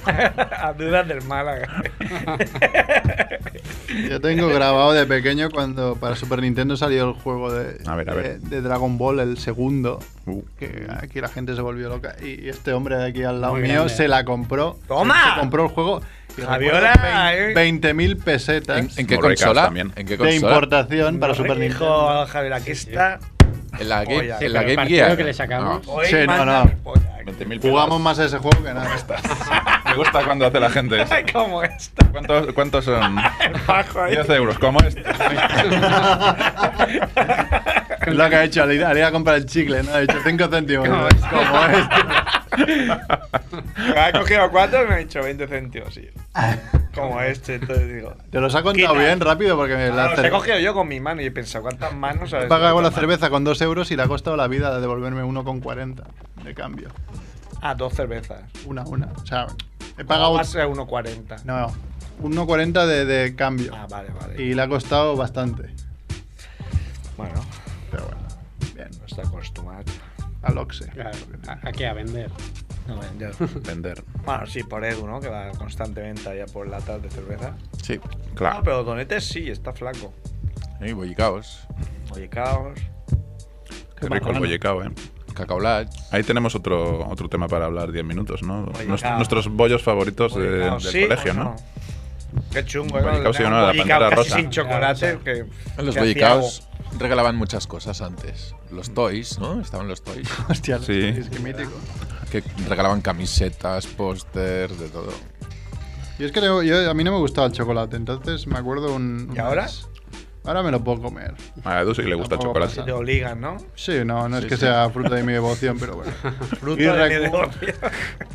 Speaker 2: a dudas del Málaga.
Speaker 7: Yo tengo grabado de pequeño cuando para Super Nintendo salió el juego de,
Speaker 5: A ver, a ver.
Speaker 7: de- de Dragon Ball, el segundo.
Speaker 5: Uh.
Speaker 7: Que aquí la gente se volvió loca. Y este hombre de aquí al lado
Speaker 4: Muy
Speaker 7: mío
Speaker 4: grande.
Speaker 7: se la compró.
Speaker 2: ¡Toma!
Speaker 7: Se compró el juego. y
Speaker 2: Javiola,
Speaker 7: recuerdo vein-
Speaker 2: eh.
Speaker 7: 20.000
Speaker 6: ¿En,
Speaker 7: pesetas
Speaker 6: en qué
Speaker 5: Morrecas
Speaker 6: consola?
Speaker 5: también.
Speaker 6: ¿En qué
Speaker 7: de
Speaker 6: consola?
Speaker 7: importación para Super Nintendo.
Speaker 2: Dijo "Oh, Javier, aquí está.
Speaker 6: En la Game,
Speaker 2: Joya.
Speaker 6: en
Speaker 2: Sí,
Speaker 6: la
Speaker 4: Oh, pero el
Speaker 6: Game
Speaker 4: partido
Speaker 6: Gear. Ah,
Speaker 4: que le sacamos.
Speaker 6: No.
Speaker 2: Hoy
Speaker 7: Sí, no,
Speaker 2: manda
Speaker 7: no.
Speaker 2: mi polla.
Speaker 5: 20.000 pelas.
Speaker 7: Jugamos más a ese juego que
Speaker 2: [laughs]
Speaker 7: nada.
Speaker 5: Me gusta cuando hace la gente eso.
Speaker 2: Ay, ¿Cómo está?
Speaker 5: ¿Cuántos, cuántos son?
Speaker 2: Bajo ahí.
Speaker 5: 10 euros, ¿cómo
Speaker 2: [laughs]
Speaker 5: es?
Speaker 7: Es lo que ha hecho, al ir, al ir a comprar el chicle, ¿no? Ha hecho 5 céntimos. ¿no?
Speaker 2: [laughs]
Speaker 7: Como es.
Speaker 2: Me ha cogido cuatro y me ha dicho 20 céntimos. y yo, Como este, entonces digo.
Speaker 7: Te los ha contado
Speaker 2: Quita.
Speaker 7: bien rápido porque me
Speaker 2: "Ah,
Speaker 7: la
Speaker 2: Los he cogido yo con mi mano y he pensado, ¿cuántas manos
Speaker 7: He
Speaker 2: sabes?
Speaker 7: pagado la cerveza con 2 euros y le ha costado la vida de devolverme 1,40 de cambio.
Speaker 2: Ah, dos cervezas.
Speaker 7: Una, una. O sea, he
Speaker 2: Pagado
Speaker 7: pagado.
Speaker 2: a ser 1,40.
Speaker 7: No, 1,40 de, de cambio.
Speaker 2: Ah, vale, vale.
Speaker 7: Y le ha costado bastante.
Speaker 2: Bueno,
Speaker 7: Pero bueno, bien.
Speaker 2: no está acostumbrado.
Speaker 7: Al Oxe.
Speaker 4: Claro, ¿a, a qué? A vender.
Speaker 2: No vender.
Speaker 5: Vender.
Speaker 2: Bueno, sí, por Edu, ¿no? Que va constantemente allá por latas de cerveza.
Speaker 6: Sí,
Speaker 2: Ah,
Speaker 5: Claro.
Speaker 2: pero Donete sí, está flaco.
Speaker 6: y bollicaos,
Speaker 2: Oye, caos.
Speaker 5: Qué rico el bollecao, ¿eh?
Speaker 6: cacaolat.
Speaker 5: Ahí tenemos otro, otro tema para hablar 10 minutos, ¿no?
Speaker 2: Bollicao.
Speaker 5: Nuest- nuestros bollos
Speaker 7: Pues,
Speaker 5: favoritos de-
Speaker 7: eh,
Speaker 2: Bollicao,
Speaker 5: del
Speaker 2: ¿sí
Speaker 5: colegio,
Speaker 2: o
Speaker 5: ¿no?
Speaker 2: Qué chungo, ¿eh?
Speaker 5: Bollicao
Speaker 2: Tenían
Speaker 5: sí o no, la
Speaker 2: bollicao
Speaker 5: pantera
Speaker 2: casi
Speaker 5: rosa.
Speaker 2: sin chocolate. Que,
Speaker 6: En los
Speaker 2: que hacía
Speaker 6: bollicaos regalaban muchas cosas antes. Los toys, ¿no? Estaban los toys.
Speaker 7: Hostia,
Speaker 5: Sí.
Speaker 7: es que mítico.
Speaker 6: Que regalaban camisetas, pósters, de todo.
Speaker 7: Yo es que le- yo- a mí no me gustaba el chocolate, entonces me acuerdo un.
Speaker 2: ¿Y ahora?
Speaker 7: unas- Ahora me lo puedo comer.
Speaker 5: A Edu sí que le gusta el
Speaker 7: Tampoco
Speaker 5: chocolate.
Speaker 2: Te obligan, ¿no?
Speaker 7: Sí, no, no es
Speaker 5: Sí,
Speaker 7: que
Speaker 5: sí.
Speaker 7: sea fruta de mi devoción, pero
Speaker 5: [laughs]
Speaker 7: bueno.
Speaker 2: Fruto
Speaker 7: Y
Speaker 2: de mi
Speaker 7: recu-
Speaker 2: negocio.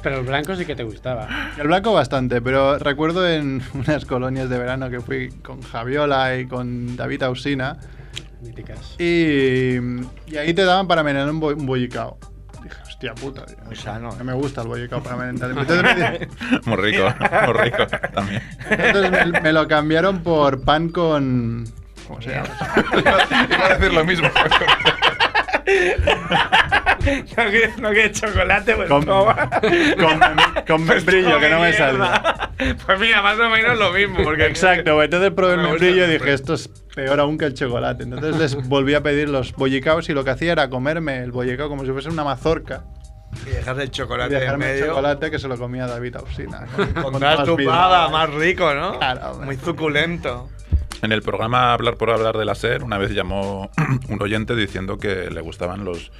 Speaker 4: Pero el blanco sí que te gustaba.
Speaker 7: El blanco bastante, pero recuerdo en [laughs] unas colonias de verano que fui con Javiola y con David Ausina
Speaker 4: Míticas.
Speaker 7: y, y ahí te daban para merendar un, bo- un bollicao. Dije, hostia puta, tío.
Speaker 2: Muy sano, ¿eh?
Speaker 7: No me gusta el bollicao para merendar. Entonces me, [laughs] di-
Speaker 5: [laughs] Muy rico, muy rico también.
Speaker 7: entonces me- me lo cambiaron por pan con... ¿Cómo se llama?
Speaker 5: Iba a decir lo mismo.
Speaker 2: [laughs] No que- no que chocolate, pues
Speaker 7: Con-
Speaker 2: toma. Pues
Speaker 7: con mem- con membrillo, que no me
Speaker 2: Mierda.
Speaker 7: salga.
Speaker 2: [laughs] Pues mira, más o menos lo mismo.
Speaker 7: [laughs]
Speaker 2: Porque
Speaker 7: Exacto, güey. entonces probé el
Speaker 5: Me gusta
Speaker 7: membrillo y
Speaker 5: el
Speaker 7: dije,
Speaker 5: membrillo.
Speaker 7: esto es peor aún que el chocolate. Entonces
Speaker 2: [laughs]
Speaker 7: les volví a pedir los bollicaos y lo que hacía era comerme el bollicao como si fuese una mazorca
Speaker 2: Y dejas
Speaker 7: y
Speaker 2: el chocolate en
Speaker 7: dejarme el
Speaker 2: medio.
Speaker 7: chocolate que se lo comía David Ausina.
Speaker 2: Con
Speaker 7: todas
Speaker 2: una
Speaker 7: las
Speaker 2: tupada,
Speaker 7: pizzas.
Speaker 2: más rico, ¿no?
Speaker 7: Claro, hombre.
Speaker 2: Muy suculento.
Speaker 5: En el programa Hablar por Hablar de la SER, una vez llamó [clears throat] un oyente diciendo que le gustaban los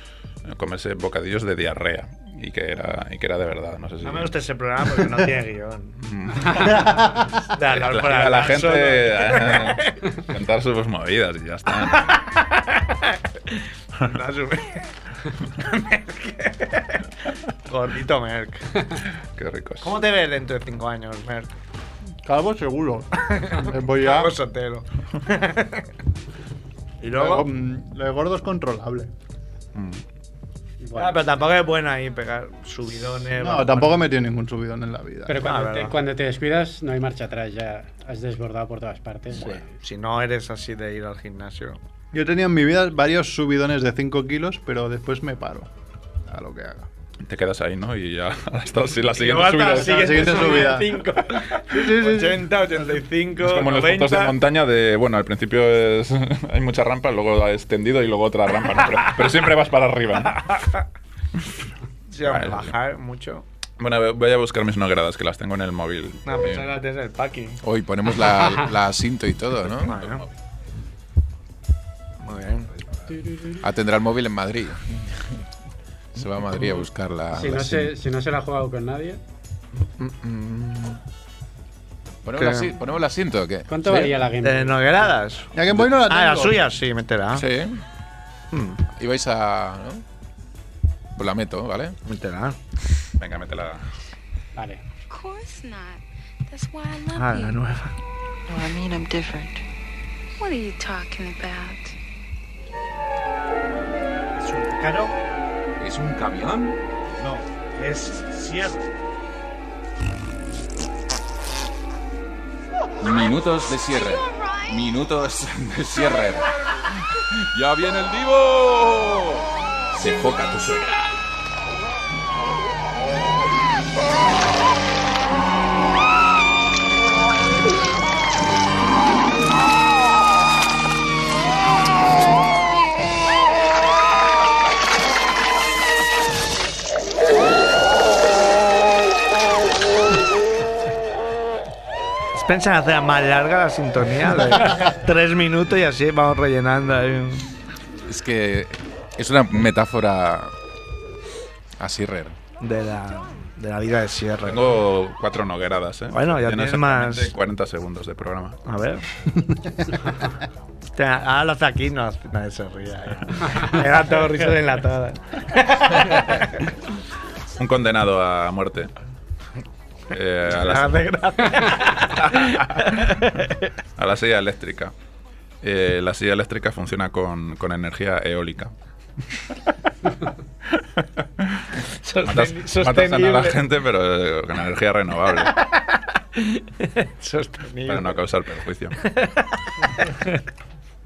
Speaker 5: comerse bocadillos de diarrea y que era, y que era de verdad. No sé si.
Speaker 2: No me gusta ese programa porque no tiene guión. [laughs]
Speaker 5: Mm.
Speaker 2: De hablar
Speaker 5: la,
Speaker 2: por
Speaker 5: la
Speaker 2: hablar
Speaker 5: gente
Speaker 2: solo.
Speaker 5: eh, [laughs] contar sus movidas y ya está.
Speaker 2: No, su- Merck. Gordito Merck.
Speaker 5: Qué ricos.
Speaker 2: ¿Cómo te ves dentro de cinco años, Merck?
Speaker 7: Calvo [laughs] seguro. Voy a...
Speaker 2: Paco Sotelo. y
Speaker 7: Luego,
Speaker 2: luego.
Speaker 7: mm, Lo de gordo es controlable.
Speaker 5: Mm.
Speaker 4: Bueno.
Speaker 2: Ah, pero tampoco es buena ahí pegar subidones.
Speaker 7: No,
Speaker 2: bajones.
Speaker 7: tampoco me tiene ningún subidón en la vida.
Speaker 4: Pero
Speaker 2: Ah,
Speaker 4: cuando,
Speaker 2: verdad.
Speaker 4: te, cuando te descuidas no hay marcha atrás, ya has desbordado por todas partes.
Speaker 2: Si no eres así de ir al gimnasio.
Speaker 7: Yo he tenido en mi vida varios subidones de 5 kilos, pero después me paro a lo que haga.
Speaker 5: Te quedas ahí, ¿no? Y ya [laughs] hasta si la siguiente
Speaker 2: Levanta
Speaker 5: subida.
Speaker 2: la siguiente,
Speaker 7: siguiente subida.
Speaker 2: subida. cinco.
Speaker 7: sí, sí, sí.
Speaker 2: 80, 85.
Speaker 5: Es como en los puntos de
Speaker 2: 90.
Speaker 5: montaña de, bueno, al principio es, [laughs] hay mucha rampa, luego es tendido y luego otra rampa, ¿no? pero, pero siempre vas para arriba. ¿no?
Speaker 2: Sí, hombre,
Speaker 5: Vale.
Speaker 2: bajar mucho.
Speaker 5: Bueno, voy a buscar mis nogradas, que las tengo en el móvil.
Speaker 2: No,
Speaker 5: Eh,
Speaker 2: pues ahora tienes el packing.
Speaker 6: Hoy ponemos
Speaker 5: [laughs]
Speaker 6: la, la cinto y todo, ¿no?
Speaker 2: Bueno. Muy bien.
Speaker 6: Atendrá el móvil en Madrid. Se va a Madrid
Speaker 5: Mm.
Speaker 6: a buscar la.
Speaker 4: Si
Speaker 6: la
Speaker 4: no, se,
Speaker 6: cinta.
Speaker 4: si no se la ha jugado con nadie,
Speaker 6: ¿Ponemos, la,
Speaker 2: ¿Qué?
Speaker 6: ci- ¿Ponemos la cinto o qué?
Speaker 4: ¿cuánto
Speaker 6: ¿Sí?
Speaker 4: valía la Game Boy?
Speaker 2: ¿De Nogueradas?
Speaker 7: Ya que voy no la tengo.
Speaker 2: Ah, la suya sí, meterá.
Speaker 6: Sí.
Speaker 2: Mm.
Speaker 6: Ibais a. ¿no? Pues la meto, ¿vale?
Speaker 2: Meterá.
Speaker 5: Venga, métela.
Speaker 4: Vale.
Speaker 9: Of course not. That's why I love
Speaker 2: Ah,
Speaker 9: you.
Speaker 2: la nueva.
Speaker 10: Well, I mean, I'm different.
Speaker 9: What are you talking about?
Speaker 11: ¿Es un pájaro?
Speaker 6: ¿Es un camión?
Speaker 11: No, es cierto.
Speaker 6: Minutos de cierre. Minutos de cierre. ¡Ya viene el Divo! Se foca tu suegra.
Speaker 2: Pensan hacer más larga la sintonía de tres minutos y así vamos rellenando. ahí.
Speaker 6: Es que es una metáfora a Sirrer.
Speaker 2: de la, de la vida de Sierra.
Speaker 5: Tengo cuatro nogueradas, ¿eh?
Speaker 2: Bueno, ya
Speaker 5: Tienen
Speaker 2: tienes más.
Speaker 5: exactamente 40 segundos de programa.
Speaker 2: A ver. Hostia, Ahora lo hace aquí, no hace- nadie se ría. ya. Era todo risas enlatadas.
Speaker 5: Un condenado a muerte. Eh, a, la,
Speaker 2: Hace gracia.
Speaker 5: a la silla eléctrica. Eh, la silla eléctrica funciona con, con energía eólica. Matas,
Speaker 2: Sosten-
Speaker 5: matas a la
Speaker 2: Sostenible.
Speaker 5: gente, pero eh, con energía
Speaker 2: [laughs]
Speaker 5: renovable, para no
Speaker 2: Sostenible.
Speaker 5: causar perjuicio.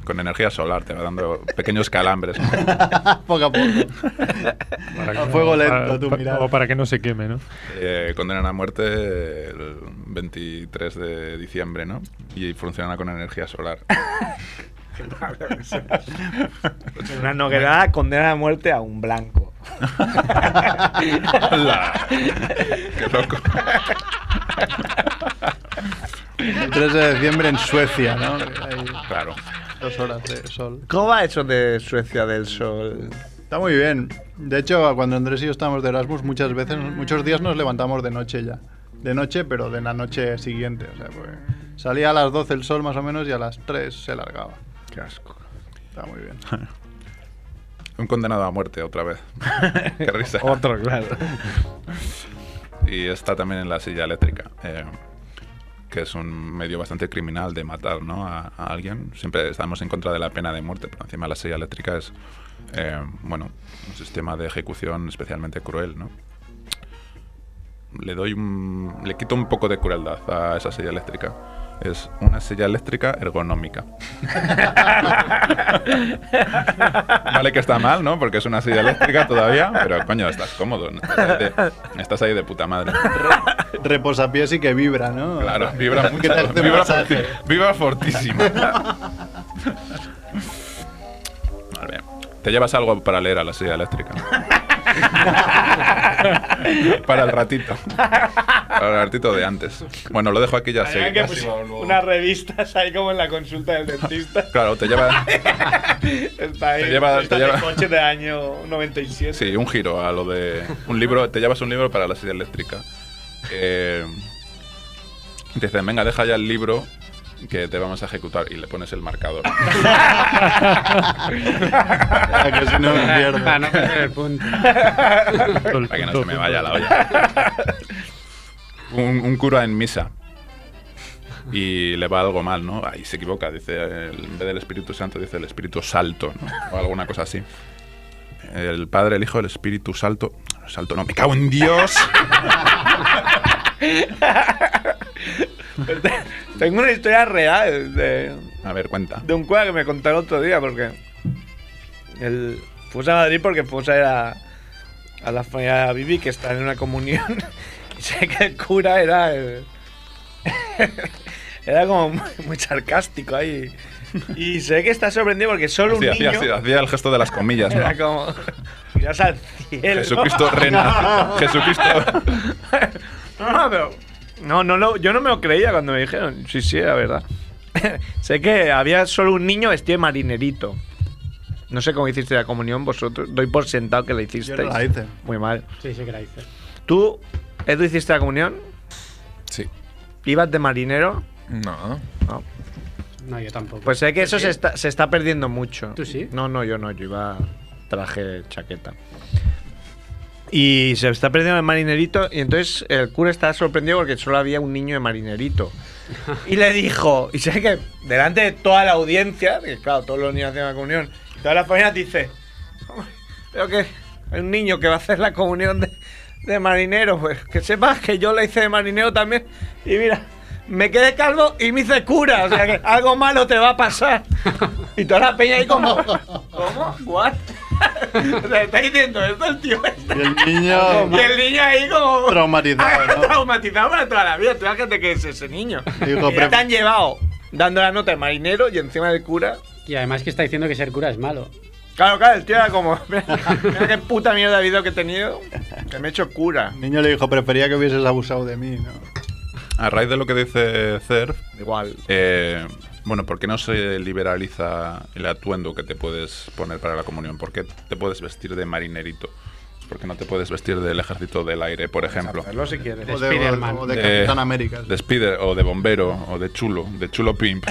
Speaker 5: Con energía solar, te va dando pequeños calambres. ¿no?
Speaker 7: [laughs] poco a poco.
Speaker 2: [laughs]
Speaker 3: Para
Speaker 7: A fuego lento,
Speaker 3: para-
Speaker 7: tú,
Speaker 3: pa-
Speaker 7: mirad.
Speaker 3: O para que no se queme, ¿no?
Speaker 5: Eh, condenan a muerte el 23 de diciembre, ¿no? Y funciona con energía
Speaker 2: [laughs]
Speaker 5: solar.
Speaker 2: Una noguerada condena a muerte a un blanco.
Speaker 5: ¡Hala! ¡Qué loco!
Speaker 7: El 3 de diciembre en Suecia, ¿no? Hay
Speaker 5: Claro.
Speaker 7: dos horas de sol.
Speaker 2: ¿Cómo va eso de Suecia del Sol?
Speaker 7: Está muy bien. De hecho, cuando Andrés y yo estábamos de Erasmus, muchas veces, muchos días nos levantamos de noche ya. De noche, pero de la noche siguiente. O sea, pues, salía a las 12 el sol más o menos y a las 3 se largaba.
Speaker 2: Qué asco.
Speaker 7: Está muy
Speaker 5: [laughs]
Speaker 7: bien.
Speaker 5: Un condenado a muerte otra vez. [laughs] Qué risa.
Speaker 2: Otro, claro.
Speaker 5: Y está también en la silla eléctrica, eh, que es un medio bastante criminal de matar ¿no? a, a alguien. Siempre estamos en contra de la pena de muerte, pero encima la silla eléctrica es eh, bueno, un sistema de ejecución especialmente cruel. ¿no? Le, doy un, le quito un poco de crueldad a esa silla eléctrica. Es una silla eléctrica ergonómica. [laughs] Vale que está mal, ¿no? Porque es una silla eléctrica todavía, pero coño, estás cómodo. ¿no? Estás ahí de, estás ahí de puta madre.
Speaker 7: Reposapiés y que vibra, ¿no? [laughs]
Speaker 5: Claro, vibra mucho.
Speaker 7: Que te hace
Speaker 5: Vibra,
Speaker 7: masaje.
Speaker 5: forti- vibra fortísimo. Vale, bien. Te llevas algo para leer a la silla eléctrica. para el ratito. Para el ratito de antes. Bueno, lo dejo aquí ya.
Speaker 2: Había
Speaker 5: sí.
Speaker 2: que pues, pus- unas [laughs] revistas ahí como en la consulta del dentista.
Speaker 5: Claro, te llevas.
Speaker 2: Está ahí.
Speaker 5: Te lleva-
Speaker 2: está
Speaker 5: te
Speaker 2: de
Speaker 5: lleva-
Speaker 2: coche de año 97.
Speaker 5: Sí, un giro a lo de. Un libro, te llevas un libro para la silla eléctrica. Eh, te dicen, venga, deja ya el libro que te vamos a ejecutar y le pones el marcador.
Speaker 7: que si no me
Speaker 4: [laughs] [laughs]
Speaker 7: pierdo.
Speaker 4: Para Ah, no perder el punto.
Speaker 5: [laughs] Para que no se me vaya la olla. Un, un cura en misa. Y le va algo mal, ¿no? Ahí se equivoca, dice, eh, en vez del Espíritu Santo, dice el Espíritu Salto, ¿no? O alguna cosa así. El Padre, el Hijo, el Espíritu Salto. Salto, no, me cago en Dios.
Speaker 2: Tengo una historia real de,
Speaker 5: A ver, cuenta.
Speaker 2: de un cuadro que me contaron otro día porque el, fuimos a Madrid porque fuimos a ir a, a la familia de Bibi que está en una comunión [laughs] y sé que el cura era el- [laughs] era como muy, muy sarcástico ahí y sé que está sorprendido porque solo un
Speaker 5: Sí, hacía,
Speaker 2: niño
Speaker 5: hacía- hacía el gesto de las comillas, ¿no?
Speaker 2: era como miras al [laughs] cielo
Speaker 5: Jesucristo rena. Jesucristo.
Speaker 2: No, no, pero- No, no lo- yo no me lo creía cuando me dijeron. Sí, sí, era verdad. [laughs] sé que había solo un niño vestido de marinerito. No sé cómo hiciste la comunión vosotros. Doy por sentado que la hicisteis.
Speaker 7: la hice.
Speaker 2: Muy mal.
Speaker 4: Sí, sí que la hice.
Speaker 2: ¿Tú, Edu, hiciste la comunión?
Speaker 6: Sí.
Speaker 2: ¿Ibas de marinero?
Speaker 6: No.
Speaker 2: No.
Speaker 4: No, yo tampoco.
Speaker 2: Pues sé que eso
Speaker 4: Sí.
Speaker 2: se está, se está perdiendo mucho.
Speaker 4: ¿Tú sí?
Speaker 2: No, no, yo no. Yo iba traje chaqueta. Y se está perdiendo el marinerito. Y entonces el cura estaba sorprendido porque solo había un niño de marinerito. Y le dijo, y sé que delante de toda la audiencia, que claro, todos los niños hacen la comunión, toda la familia dice, pero que hay un niño que va a hacer la comunión de, de marinero, pues que sepas que yo la hice de marinero también. Y mira, me quedé calvo y me hice cura, o sea que algo malo te va a pasar. Y toda la peña ahí como, ¿cómo? ¿What? [laughs] o sea, está diciendo esto el tío este.
Speaker 7: Y el
Speaker 4: [laughs]
Speaker 7: niño
Speaker 2: Y el niño ahí como [laughs]
Speaker 7: traumatizado, ¿no?
Speaker 2: traumatizado para toda la vida. Tú fíjate que es ese niño.
Speaker 7: Digo,
Speaker 2: Y ya
Speaker 7: pref-
Speaker 2: te han llevado dando la nota de marinero y encima del cura.
Speaker 4: Y además que está diciendo que ser cura es malo.
Speaker 2: Claro, claro, el tío era como, [laughs] mira, mira qué puta mierda de video que he tenido, que me he hecho cura.
Speaker 7: El niño le dijo, prefería que hubieses abusado de mí, ¿no?
Speaker 5: A raíz de lo que dice Cerf,
Speaker 2: Igual.
Speaker 5: eh, bueno, ¿por qué no se liberaliza el atuendo que te puedes poner para la comunión? ¿Por qué te puedes vestir de marinerito? ¿Por qué no te puedes vestir del ejército del aire, por ejemplo?
Speaker 2: Hazlo si quieres.
Speaker 7: O de,
Speaker 4: Spiderman.
Speaker 7: o de Capitán
Speaker 5: Eh,
Speaker 7: América.
Speaker 5: De Spider, o de bombero, o de chulo, de chulo
Speaker 2: [laughs]
Speaker 5: pimp.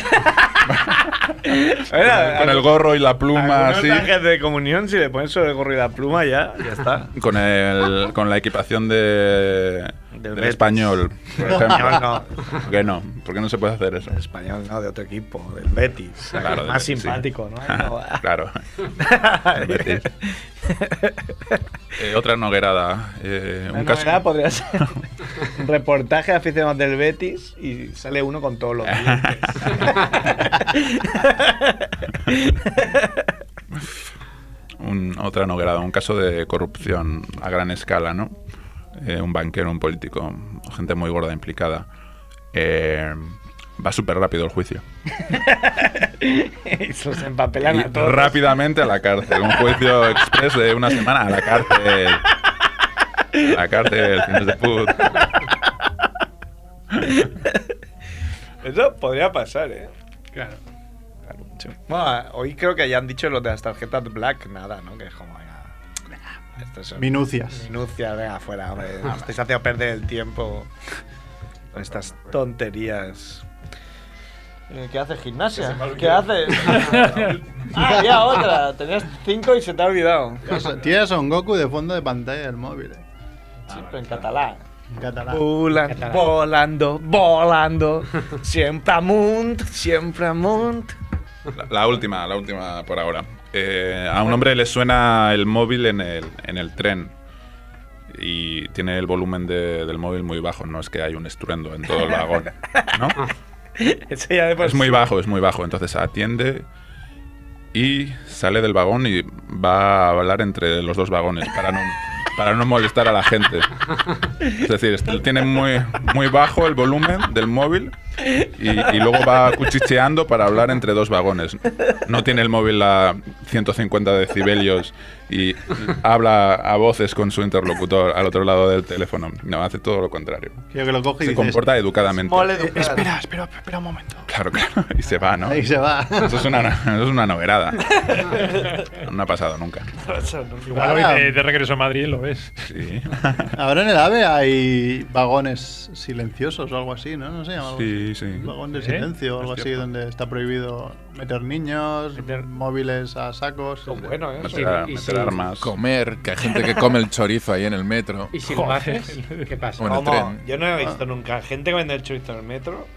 Speaker 2: Mira,
Speaker 5: Con el gorro y la pluma
Speaker 2: algunos
Speaker 5: así.
Speaker 2: trajes de comunión, si le pones sobre el gorro y la pluma, ya, ya está.
Speaker 5: Con, el, con la equipación de,
Speaker 2: Del
Speaker 5: del
Speaker 2: Betis.
Speaker 5: español, por ejemplo.
Speaker 2: Español no.
Speaker 5: ¿Por qué no? ¿Por qué no se puede hacer eso?
Speaker 2: Español no, de otro equipo, del Betis.
Speaker 5: Claro, del
Speaker 2: más
Speaker 5: Betis, sí.
Speaker 2: simpático,
Speaker 5: [laughs] [laughs] claro.
Speaker 2: ¿no?
Speaker 5: del Betis. Eh, otra noguerada. eh,
Speaker 2: La
Speaker 5: un casco-
Speaker 2: novedad podría ser un reportaje de aficionados del Betis y sale uno con todos los dientes.
Speaker 5: [laughs] un- otra noguerada, un caso de corrupción a gran escala, ¿no? Eh, un banquero, un político, gente muy gorda implicada. Eh, va súper rápido el juicio.
Speaker 2: y se los empapelan
Speaker 5: Y
Speaker 2: a todos.
Speaker 5: rápidamente a la cárcel. Un juicio express de una semana a la cárcel. A la cárcel, tienes de put.
Speaker 2: Eso podría pasar, ¿eh?
Speaker 4: Claro.
Speaker 2: Bueno, hoy creo que ya han dicho los de las tarjetas black, nada, ¿no? Que es como, venga, estas son
Speaker 7: Minucias.
Speaker 2: minucias, venga, afuera, hombre. Nos estáis haciendo perder el tiempo con estas tonterías. En el que hace gimnasia.
Speaker 12: Que se
Speaker 2: ¿Qué hace?
Speaker 12: [laughs]
Speaker 2: ah, había otra. Tenías cinco y se te ha olvidado.
Speaker 7: Tienes a Son Goku de fondo de pantalla del móvil. eh.
Speaker 12: Ah,
Speaker 2: Sí, pero en catalán.
Speaker 7: En catalán.
Speaker 2: Vola-
Speaker 7: Catalán.
Speaker 2: volando, volando. Siempre amunt, siempre amunt.
Speaker 5: La, la última, la última por ahora. Eh, a un hombre le suena el móvil en el, en el tren y tiene el volumen de- del móvil muy bajo. No es que hay un estruendo en todo el vagón. ¿no?
Speaker 2: Ese ya de por
Speaker 5: Es muy
Speaker 2: sí.
Speaker 5: bajo, es muy bajo. Entonces atiende y sale del vagón y va a hablar entre los dos vagones para no, para no molestar a la gente. Es decir, est- tiene muy, muy bajo el volumen del móvil y, y luego va cuchicheando para hablar entre dos vagones. No tiene el móvil a 150 decibelios y habla a voces con su interlocutor al otro lado del teléfono. No, hace todo lo contrario.
Speaker 7: Yo que lo coge y
Speaker 5: Se
Speaker 7: dices,
Speaker 5: comporta educadamente.
Speaker 7: espera, espera, espera un momento.
Speaker 5: Claro, claro. Y se va, ¿no?
Speaker 7: Ahí se va.
Speaker 5: Eso es una, eso es una novedad. No ha pasado nunca.
Speaker 3: Igual hoy de, de regreso a Madrid lo ves.
Speaker 5: Sí.
Speaker 7: Ahora en el AVE hay vagones silenciosos o algo así, ¿no? No sé, algo
Speaker 5: Sí, sí.
Speaker 7: Vagón de
Speaker 5: ¿Eh?
Speaker 7: silencio o algo
Speaker 5: Es
Speaker 7: así,
Speaker 5: cierto.
Speaker 7: donde está prohibido meter niños, móviles a sacos.
Speaker 2: bueno, ¿eh?
Speaker 6: Meter- meter armas. Comer, que hay gente que come el chorizo ahí en el metro.
Speaker 4: ¿Y si lo
Speaker 6: Joder.
Speaker 4: haces? ¿Qué pasa?
Speaker 6: Bueno,
Speaker 2: ¿Cómo?
Speaker 6: tren. Ah.
Speaker 2: Yo no he visto nunca gente que vende el chorizo en el metro.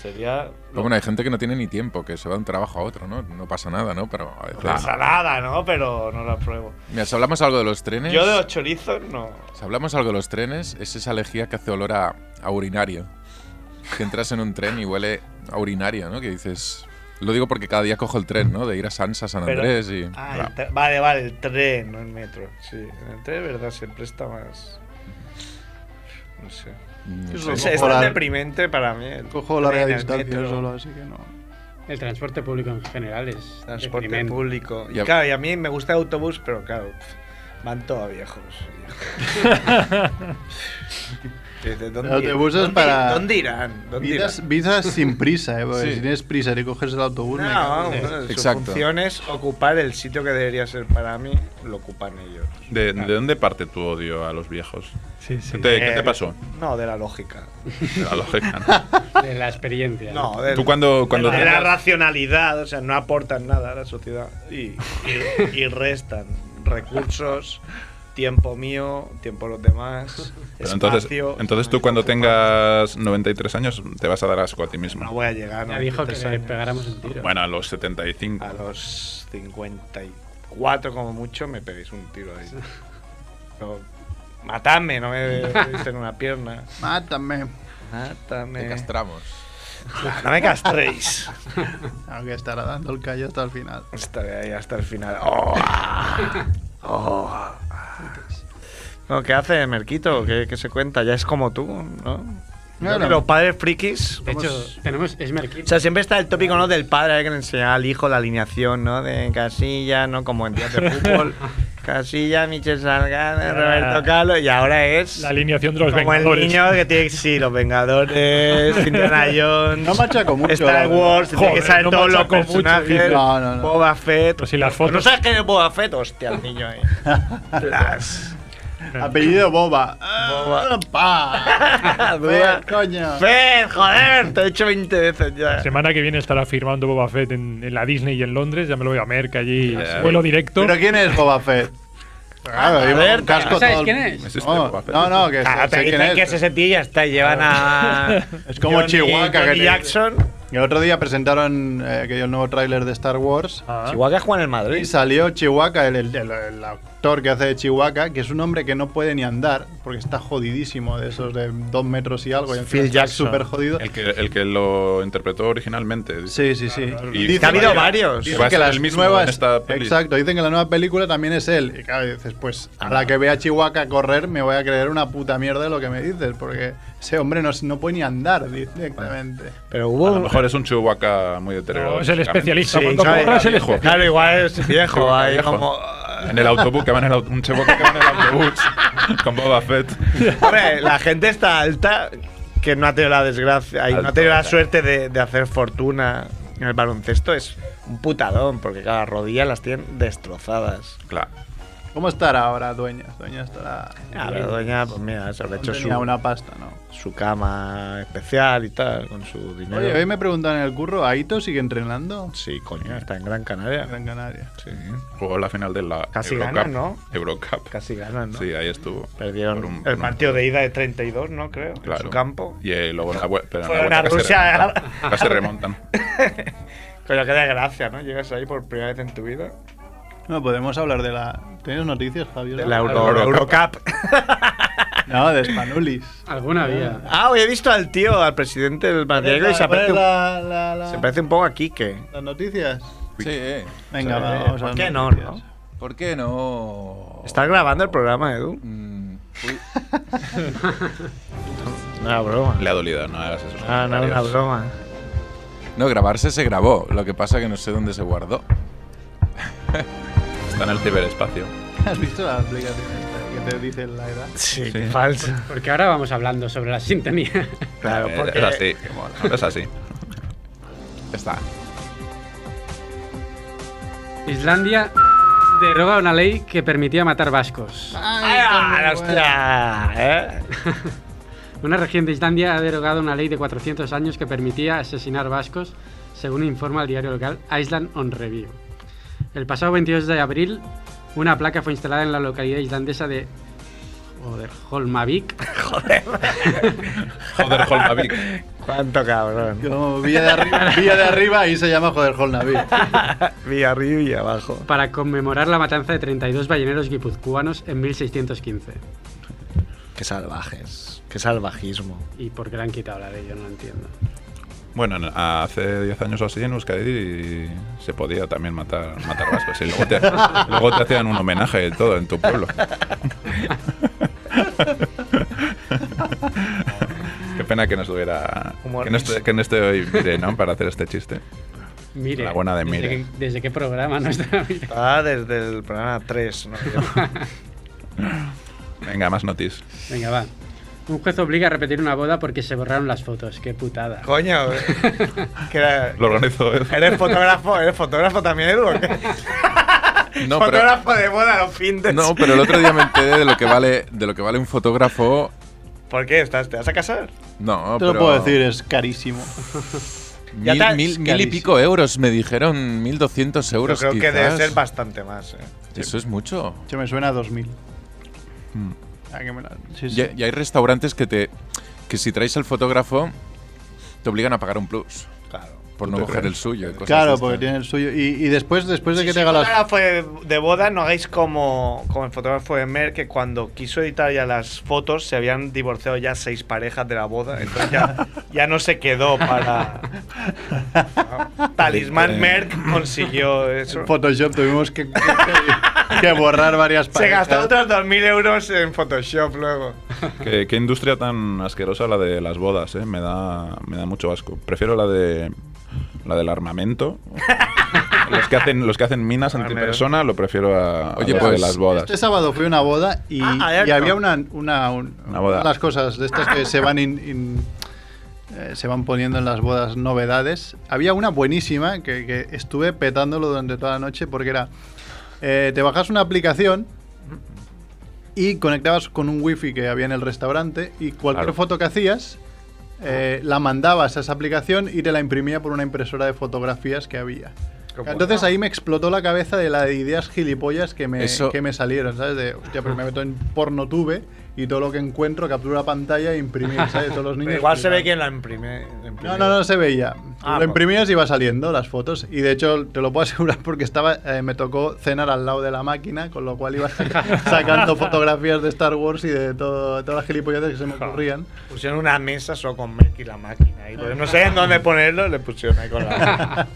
Speaker 2: Sería.
Speaker 6: Pero bueno, hay gente que no tiene ni tiempo, que se va de un trabajo a otro, ¿no? No pasa nada, ¿no? Pero a veces...
Speaker 2: Ensalada, ¿no? Pero no la pruebo.
Speaker 6: Mira, si hablamos algo de los trenes...
Speaker 2: Yo de los chorizos, no.
Speaker 6: Si hablamos algo de los trenes, es esa lejía que hace olor a, a urinario. Que entras en un tren y huele a urinario, ¿no? Que dices... Lo digo porque cada día cojo el tren, ¿no? De ir a Sansa, San
Speaker 2: Pero-
Speaker 6: Andrés y...
Speaker 2: Ah, el tre- Vale, vale, el tren, no el metro. Sí, en el tren, de verdad, se presta más. No sé.
Speaker 6: Mm,
Speaker 2: Es,
Speaker 6: sí.
Speaker 2: es
Speaker 6: Cojo la-
Speaker 2: tan deprimente para mí. el
Speaker 7: Cojo larga
Speaker 2: tren, el
Speaker 7: distancia
Speaker 2: metro.
Speaker 7: solo, así que no.
Speaker 4: El transporte público en general es.
Speaker 2: Transporte
Speaker 4: deprimente.
Speaker 2: público. Y
Speaker 4: Ya.
Speaker 2: claro, y a mí me gusta el autobús, pero claro, pf, van todos
Speaker 7: [laughs]
Speaker 2: viejos. Dices,
Speaker 7: El
Speaker 2: ¿dónde-
Speaker 7: autobús es
Speaker 2: dónde-
Speaker 7: para.
Speaker 2: ¿Dónde irán? ¿Dónde
Speaker 7: vidas,
Speaker 2: irán?
Speaker 7: vidas sin prisa, ¿eh? Porque
Speaker 2: Sí.
Speaker 7: Si tienes prisa y coges el autobús, me
Speaker 2: No,
Speaker 7: cago en-
Speaker 2: bueno, su función es ocupar el sitio que debería ser para mí, lo ocupan ellos.
Speaker 5: ¿De, de dónde parte tu odio a los viejos? ¿Qué te, qué te
Speaker 2: Eh,
Speaker 5: pasó?
Speaker 2: No, de la lógica.
Speaker 5: De la lógica, ¿no?
Speaker 4: De la experiencia.
Speaker 2: No, de,
Speaker 5: Tú cuando- cuando
Speaker 2: de la
Speaker 5: tenías-
Speaker 2: racionalidad, o sea, no aportan nada a la sociedad y, y- y restan recursos, tiempo mío, tiempo de los demás,
Speaker 5: Pero entonces,
Speaker 2: espacio.
Speaker 5: entonces tú cuando tengas 93 años te vas a dar asco a ti mismo.
Speaker 2: No voy a llegar.
Speaker 4: Ya dijo que
Speaker 2: 93
Speaker 4: le
Speaker 2: años.
Speaker 4: pegáramos un tiro.
Speaker 5: Bueno, a los 75.
Speaker 2: A los 54 como mucho me peguéis un tiro ahí. Pero, matadme, no me
Speaker 4: [laughs]
Speaker 2: deis en una pierna.
Speaker 7: Mátame.
Speaker 2: Mátame.
Speaker 6: Te castramos.
Speaker 2: No me castréis.
Speaker 7: Aunque estará dando el callo hasta el final.
Speaker 2: Estaré ahí hasta el final. ¡Oh! ¡Oh! No, ¿Qué hace Merquito? ¿Qué, qué se cuenta? Ya es como tú, ¿no? Yo creo que Los padres frikis.
Speaker 4: De hecho,
Speaker 2: somos-
Speaker 4: tenemos. Es
Speaker 2: O
Speaker 4: Merquito.
Speaker 2: sea, siempre está el tópico, ¿no? Del padre que le enseña al hijo la alineación, ¿no? De Casilla, ¿no? Como en días de fútbol. Casilla, Michel Salgado, Roberto Carlos. Y ahora es.
Speaker 3: La alineación de los
Speaker 2: como
Speaker 3: Vengadores.
Speaker 2: el niño que tiene. Sí, los
Speaker 3: [laughs]
Speaker 2: Vengadores, Indiana Jones.
Speaker 7: No machaco mucho, la
Speaker 2: Star
Speaker 7: verdad.
Speaker 2: Wars, tiene que
Speaker 7: Joder,
Speaker 2: saber
Speaker 7: no
Speaker 2: todos los
Speaker 7: machaco mucho,
Speaker 2: personajes.
Speaker 7: dice. No, no, no.
Speaker 2: Boba Fett.
Speaker 3: si las
Speaker 2: ¿No
Speaker 3: fotos.
Speaker 2: sabes quién es Boba Fett? Hostia, el niño eh. ahí. Flash.
Speaker 7: Apellido Boba. [laughs] Boba. ¡Pa!
Speaker 2: Boba.
Speaker 7: Fed, coño!
Speaker 2: Fett, joder, te he hecho 20 veces ya.
Speaker 3: La [laughs] semana que viene estará firmando Boba Fett en, en la Disney y en Londres. Ya me lo voy a Merck allí.
Speaker 5: Ya.
Speaker 3: Vuelo directo.
Speaker 7: ¿Pero quién es Boba Fett? Claro, lleva
Speaker 2: Ah, ver,
Speaker 7: un casco
Speaker 2: ¿no sabes
Speaker 7: todo el-
Speaker 2: quién es?
Speaker 7: No, no, no, que
Speaker 2: Ah,
Speaker 7: sé-
Speaker 2: te
Speaker 7: sé quién
Speaker 2: dicen
Speaker 7: es.
Speaker 2: que es ese tío y ya está. y Llevan a.
Speaker 7: Es como
Speaker 2: Johnny-
Speaker 7: Chihuahua. que
Speaker 2: Johnny
Speaker 7: te-
Speaker 2: Jackson.
Speaker 7: El otro día presentaron eh, aquel nuevo tráiler de Star Wars.
Speaker 2: Chihuahua que juega en el Madrid.
Speaker 7: Y salió Chihuahua, el, el- el- el actor que hace de Chihuahua, que es un hombre que no puede ni andar, porque está jodidísimo de esos de dos metros y algo. Y encima
Speaker 2: Phil
Speaker 7: está
Speaker 2: Jackson.
Speaker 7: Súper jodido.
Speaker 5: El que, el que lo interpretó originalmente.
Speaker 7: Sí, sí, sí.
Speaker 5: Y
Speaker 7: Dicen
Speaker 5: que ha habido
Speaker 7: que-
Speaker 5: varios.
Speaker 7: dicen
Speaker 5: Va a
Speaker 7: que
Speaker 5: ser
Speaker 7: las
Speaker 5: el mismo
Speaker 7: nuevas,
Speaker 5: en esta peli.
Speaker 7: Exacto, dicen que la nueva película también es él. Y claro, dices, pues a la que vea a Chihuahua correr me voy a creer una puta mierda de lo que me dices, porque ese hombre no, no puede ni andar directamente.
Speaker 2: Pero hubo.
Speaker 5: A lo mejor es un Chewbacca muy deteriorado.
Speaker 3: No, es el especialista.
Speaker 5: físicamente.
Speaker 3: Cuando
Speaker 5: ¿sabes?
Speaker 3: corra es el hijo.
Speaker 2: Claro, igual es viejo.
Speaker 5: Chewbacca
Speaker 2: ahí
Speaker 5: viejo.
Speaker 2: como.
Speaker 5: [laughs] En el autobús, que va en el auto- un Chewbacca que va en el
Speaker 2: [laughs]
Speaker 5: autobús. con Boba Fett.
Speaker 2: Hombre, la gente está alta que no ha tenido la desgracia, y no ha
Speaker 5: Alta,
Speaker 2: tenido la
Speaker 5: alta.
Speaker 2: suerte de, de hacer fortuna en el baloncesto. Es un putadón, porque cada rodilla las tienen destrozadas.
Speaker 5: Claro.
Speaker 7: ¿Cómo estará ahora Dueñas? Dueñas estará...
Speaker 2: Ah, pero doña, pues mira, se habrá hecho su,
Speaker 7: Tenía una pasta, ¿no?
Speaker 2: su cama especial y tal, con su dinero.
Speaker 7: Oye, hoy me preguntan en el curro, ¿Aito sigue entrenando?
Speaker 2: Sí, coño, está en Gran Canaria.
Speaker 7: Gran Canaria.
Speaker 5: Sí, ¿eh? jugó la final de la
Speaker 2: Casi
Speaker 5: Eurocup.
Speaker 2: gana, ¿no?
Speaker 5: Eurocup.
Speaker 2: Casi ganan, ¿no?
Speaker 5: Sí, ahí estuvo.
Speaker 2: Perdieron
Speaker 5: Por un- por
Speaker 2: el
Speaker 5: un-
Speaker 2: partido de ida de 32, ¿no? Creo. En
Speaker 5: Claro.
Speaker 2: su campo.
Speaker 5: Y eh, luego en la vuelta. Pero en la
Speaker 2: Fueron a
Speaker 5: vuelta casi
Speaker 2: Rusia. ¿eh?
Speaker 5: remontan. Casi remontan.
Speaker 2: Coño, qué desgracia, ¿no? Llegas ahí por primera vez en tu vida.
Speaker 7: No, podemos hablar de la... ¿Tienes noticias, Fabio?
Speaker 2: De la Euro- Eurocup.
Speaker 7: No, de Spanulis.
Speaker 4: Alguna había.
Speaker 2: Ah, hoy he visto al tío, al presidente del Madrid, y se
Speaker 7: ¿Cuál es
Speaker 2: parece, un-
Speaker 7: la- la- la-
Speaker 2: se parece un poco a Quique.
Speaker 7: las noticias?
Speaker 6: Sí, eh.
Speaker 7: Venga,
Speaker 6: Sí.
Speaker 7: va, vamos a
Speaker 2: ¿Por
Speaker 7: las
Speaker 2: qué no,
Speaker 7: noticias.
Speaker 2: no?
Speaker 6: ¿Por qué no?
Speaker 2: ¿Estás grabando el programa, Edu?
Speaker 6: Mm, uy,
Speaker 2: No era broma.
Speaker 5: Le ha dolido, no hagas eso.
Speaker 2: Ah, No, no era una broma.
Speaker 6: No, grabarse se grabó. Lo que pasa que no sé dónde se guardó.
Speaker 5: Está en el ciberespacio.
Speaker 7: ¿Has visto la aplicación esta que te dice la edad?
Speaker 2: Sí, qué falso.
Speaker 4: Porque ahora vamos hablando sobre la sintonía. [laughs]
Speaker 2: Claro,
Speaker 5: Eh,
Speaker 2: porque...
Speaker 5: Es así. bueno, es
Speaker 2: [laughs]
Speaker 5: así.
Speaker 6: Está.
Speaker 4: Islandia deroga una ley que permitía matar vascos.
Speaker 2: ¡Ah, la hostia! ¿eh?
Speaker 4: Una región de Islandia ha derogado una ley de 400 años que permitía asesinar vascos, según informa el diario local Island on Review. El pasado 22 de abril, una placa fue instalada en la localidad islandesa de joder, Holmavik,
Speaker 5: Joder, Holmavik.
Speaker 2: Cuánto cabrón.
Speaker 7: Como vía de arriba, [laughs] vía de arriba y se llama joder Holnaví.
Speaker 2: Vía arriba y abajo.
Speaker 4: para conmemorar la matanza de 32 balleneros guipuzcoanos en 1615.
Speaker 2: Qué salvajes. Qué salvajismo.
Speaker 4: ¿Y por qué le han quitado la ley? Yo no lo entiendo.
Speaker 5: Bueno, en- hace 10 años o así en Euskadi se podía también matar, matar vascos. Y luego te, luego te hacían un homenaje y todo en tu pueblo. Qué pena que no estuviera.
Speaker 2: Humor.
Speaker 5: Que no, esté, que no esté hoy Mirenón para hacer este chiste.
Speaker 4: Mire,
Speaker 5: La buena de
Speaker 4: desde
Speaker 5: Mire.
Speaker 4: que- ¿Desde qué programa no [laughs] está Mire?
Speaker 2: Ah, desde el programa 3, ¿no?
Speaker 5: Venga, más notis.
Speaker 4: Venga, va. Un juez obliga a repetir una boda porque se borraron las fotos. Qué putada.
Speaker 2: Coño, eh. que era-
Speaker 5: Lo ¿eh? organizó. Edu.
Speaker 2: ¿Eres fotógrafo? ¿Eres fotógrafo también, Edu? o qué?
Speaker 6: No, pero,
Speaker 2: fotógrafo de boda, los fintes.
Speaker 6: no, pero el otro día me enteré de lo que vale, de lo que vale un fotógrafo.
Speaker 2: ¿Por qué? ¿Estás, ¿Te vas a casar?
Speaker 6: No,
Speaker 7: Te
Speaker 6: pero
Speaker 7: lo puedo decir, ¿eh? es carísimo.
Speaker 2: Ya
Speaker 6: Mil,
Speaker 2: te-
Speaker 6: mil, mil y pico euros, me dijeron 1.200
Speaker 2: Yo
Speaker 6: euros.
Speaker 2: creo que debe
Speaker 6: quizás.
Speaker 2: ser bastante más. eh.
Speaker 6: Eso es mucho.
Speaker 7: Yo me suena a 2000. Ah, que me la- sí, sí.
Speaker 6: Y, y hay restaurantes que te que si traes el fotógrafo te obligan a pagar un plus
Speaker 2: Claro.
Speaker 6: por no
Speaker 5: te
Speaker 6: coger
Speaker 5: crees?
Speaker 6: el suyo. y cosas de
Speaker 7: Claro,
Speaker 6: estas.
Speaker 7: porque tiene el suyo. Y, y después, después de que
Speaker 2: Si
Speaker 7: te haga
Speaker 2: sois
Speaker 7: las.
Speaker 2: fotógrafo de, de boda, no hagáis como, como el fotógrafo de Mer, que cuando quiso editar ya las fotos se habían divorciado ya seis parejas de la boda,
Speaker 6: [laughs]
Speaker 2: entonces ya, ya no se quedó para... Talismán Merck consiguió eso.
Speaker 7: En Photoshop tuvimos que, que- que borrar varias
Speaker 2: Se
Speaker 7: páginas.
Speaker 2: gastó otros 2.000 euros en Photoshop luego.
Speaker 5: Qué, qué industria tan asquerosa la de las bodas, ¿eh? Me da, me da mucho asco. Prefiero la de la del
Speaker 2: [laughs]
Speaker 5: armamento. los, que hacen, los que hacen minas antipersona lo prefiero a, a
Speaker 6: Oye,
Speaker 5: la de
Speaker 6: pues,
Speaker 5: las bodas.
Speaker 7: Este sábado fui a una boda y,
Speaker 2: Ah, ayer
Speaker 7: y había
Speaker 2: no.
Speaker 7: una, una, un-
Speaker 5: Una boda.
Speaker 7: de las cosas de estas que se van in- in- eh, se van poniendo en las bodas novedades. Había una buenísima que, que estuve petándolo durante toda la noche porque era eh, te bajas una aplicación y conectabas con un wifi que había en el restaurante y cualquier
Speaker 5: Claro.
Speaker 7: foto que hacías eh, la mandabas a esa aplicación y te la imprimía por una impresora de fotografías que había. Entonces ahí me explotó la cabeza de la de ideas gilipollas que me,
Speaker 6: Eso-
Speaker 7: que me salieron, ¿sabes? De, hostia, pero me meto en porno tube y todo lo que encuentro captura pantalla e imprimir, ¿sabes? Todos los niños.
Speaker 2: igual se ve
Speaker 7: flipando.
Speaker 2: quién la imprime. la imprimió.
Speaker 7: No, no, no se veía.
Speaker 2: Ah,
Speaker 7: lo
Speaker 2: pues.
Speaker 7: imprimías y iba saliendo las fotos. Y de hecho, te lo puedo [laughs] asegurar porque estaba, eh, me tocó cenar al lado de la máquina, con lo cual iba [laughs] saca- sacando fotografías de Star Wars y de todo, todas las gilipollas que se me ocurrían.
Speaker 2: Pusieron una mesa solo con Merck y la máquina. Y pues no sabían dónde ponerlo, le pusieron ahí
Speaker 6: [laughs]
Speaker 2: con la...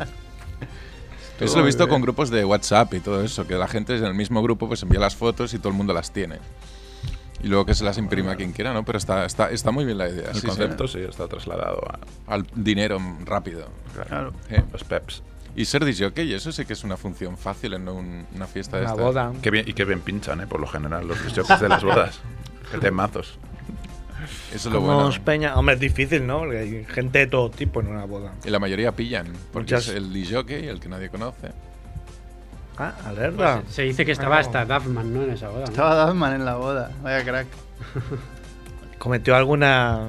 Speaker 6: Eso lo he
Speaker 7: eh.
Speaker 6: visto con grupos de WhatsApp y todo eso, que la gente en el mismo grupo pues envía las fotos y todo el mundo las tiene. Y luego que se las imprima quien quiera, ¿no? Pero está, está, está muy bien la idea.
Speaker 5: El
Speaker 6: sí, sí.
Speaker 5: concepto sí, está trasladado a
Speaker 6: Al dinero rápido.
Speaker 7: Claro.
Speaker 6: ¿eh?
Speaker 5: los peps.
Speaker 6: Y ser disjockey, eso sí que es una función fácil en un- una fiesta de
Speaker 2: Una
Speaker 6: estas.
Speaker 2: boda.
Speaker 5: Qué bien, y qué bien pinchan, ¿eh? Por lo general, los discjockeys de
Speaker 6: [laughs]
Speaker 5: las bodas. Qué temazos.
Speaker 6: Eso es lo
Speaker 2: Como
Speaker 6: bueno.
Speaker 2: Peña. Hombre, es difícil, ¿no? Porque hay gente de todo tipo en una boda.
Speaker 6: Y la mayoría pillan, porque
Speaker 2: Muchas-
Speaker 6: es el disjockey, el que nadie conoce.
Speaker 2: Ah, alerta.
Speaker 4: Pues
Speaker 7: Pues
Speaker 4: Se dice que
Speaker 2: Ah,
Speaker 4: estaba hasta Duffman, ¿no? En esa boda. ¿no?
Speaker 7: Estaba Duffman en la boda. Vaya crack.
Speaker 2: ¿Cometió alguna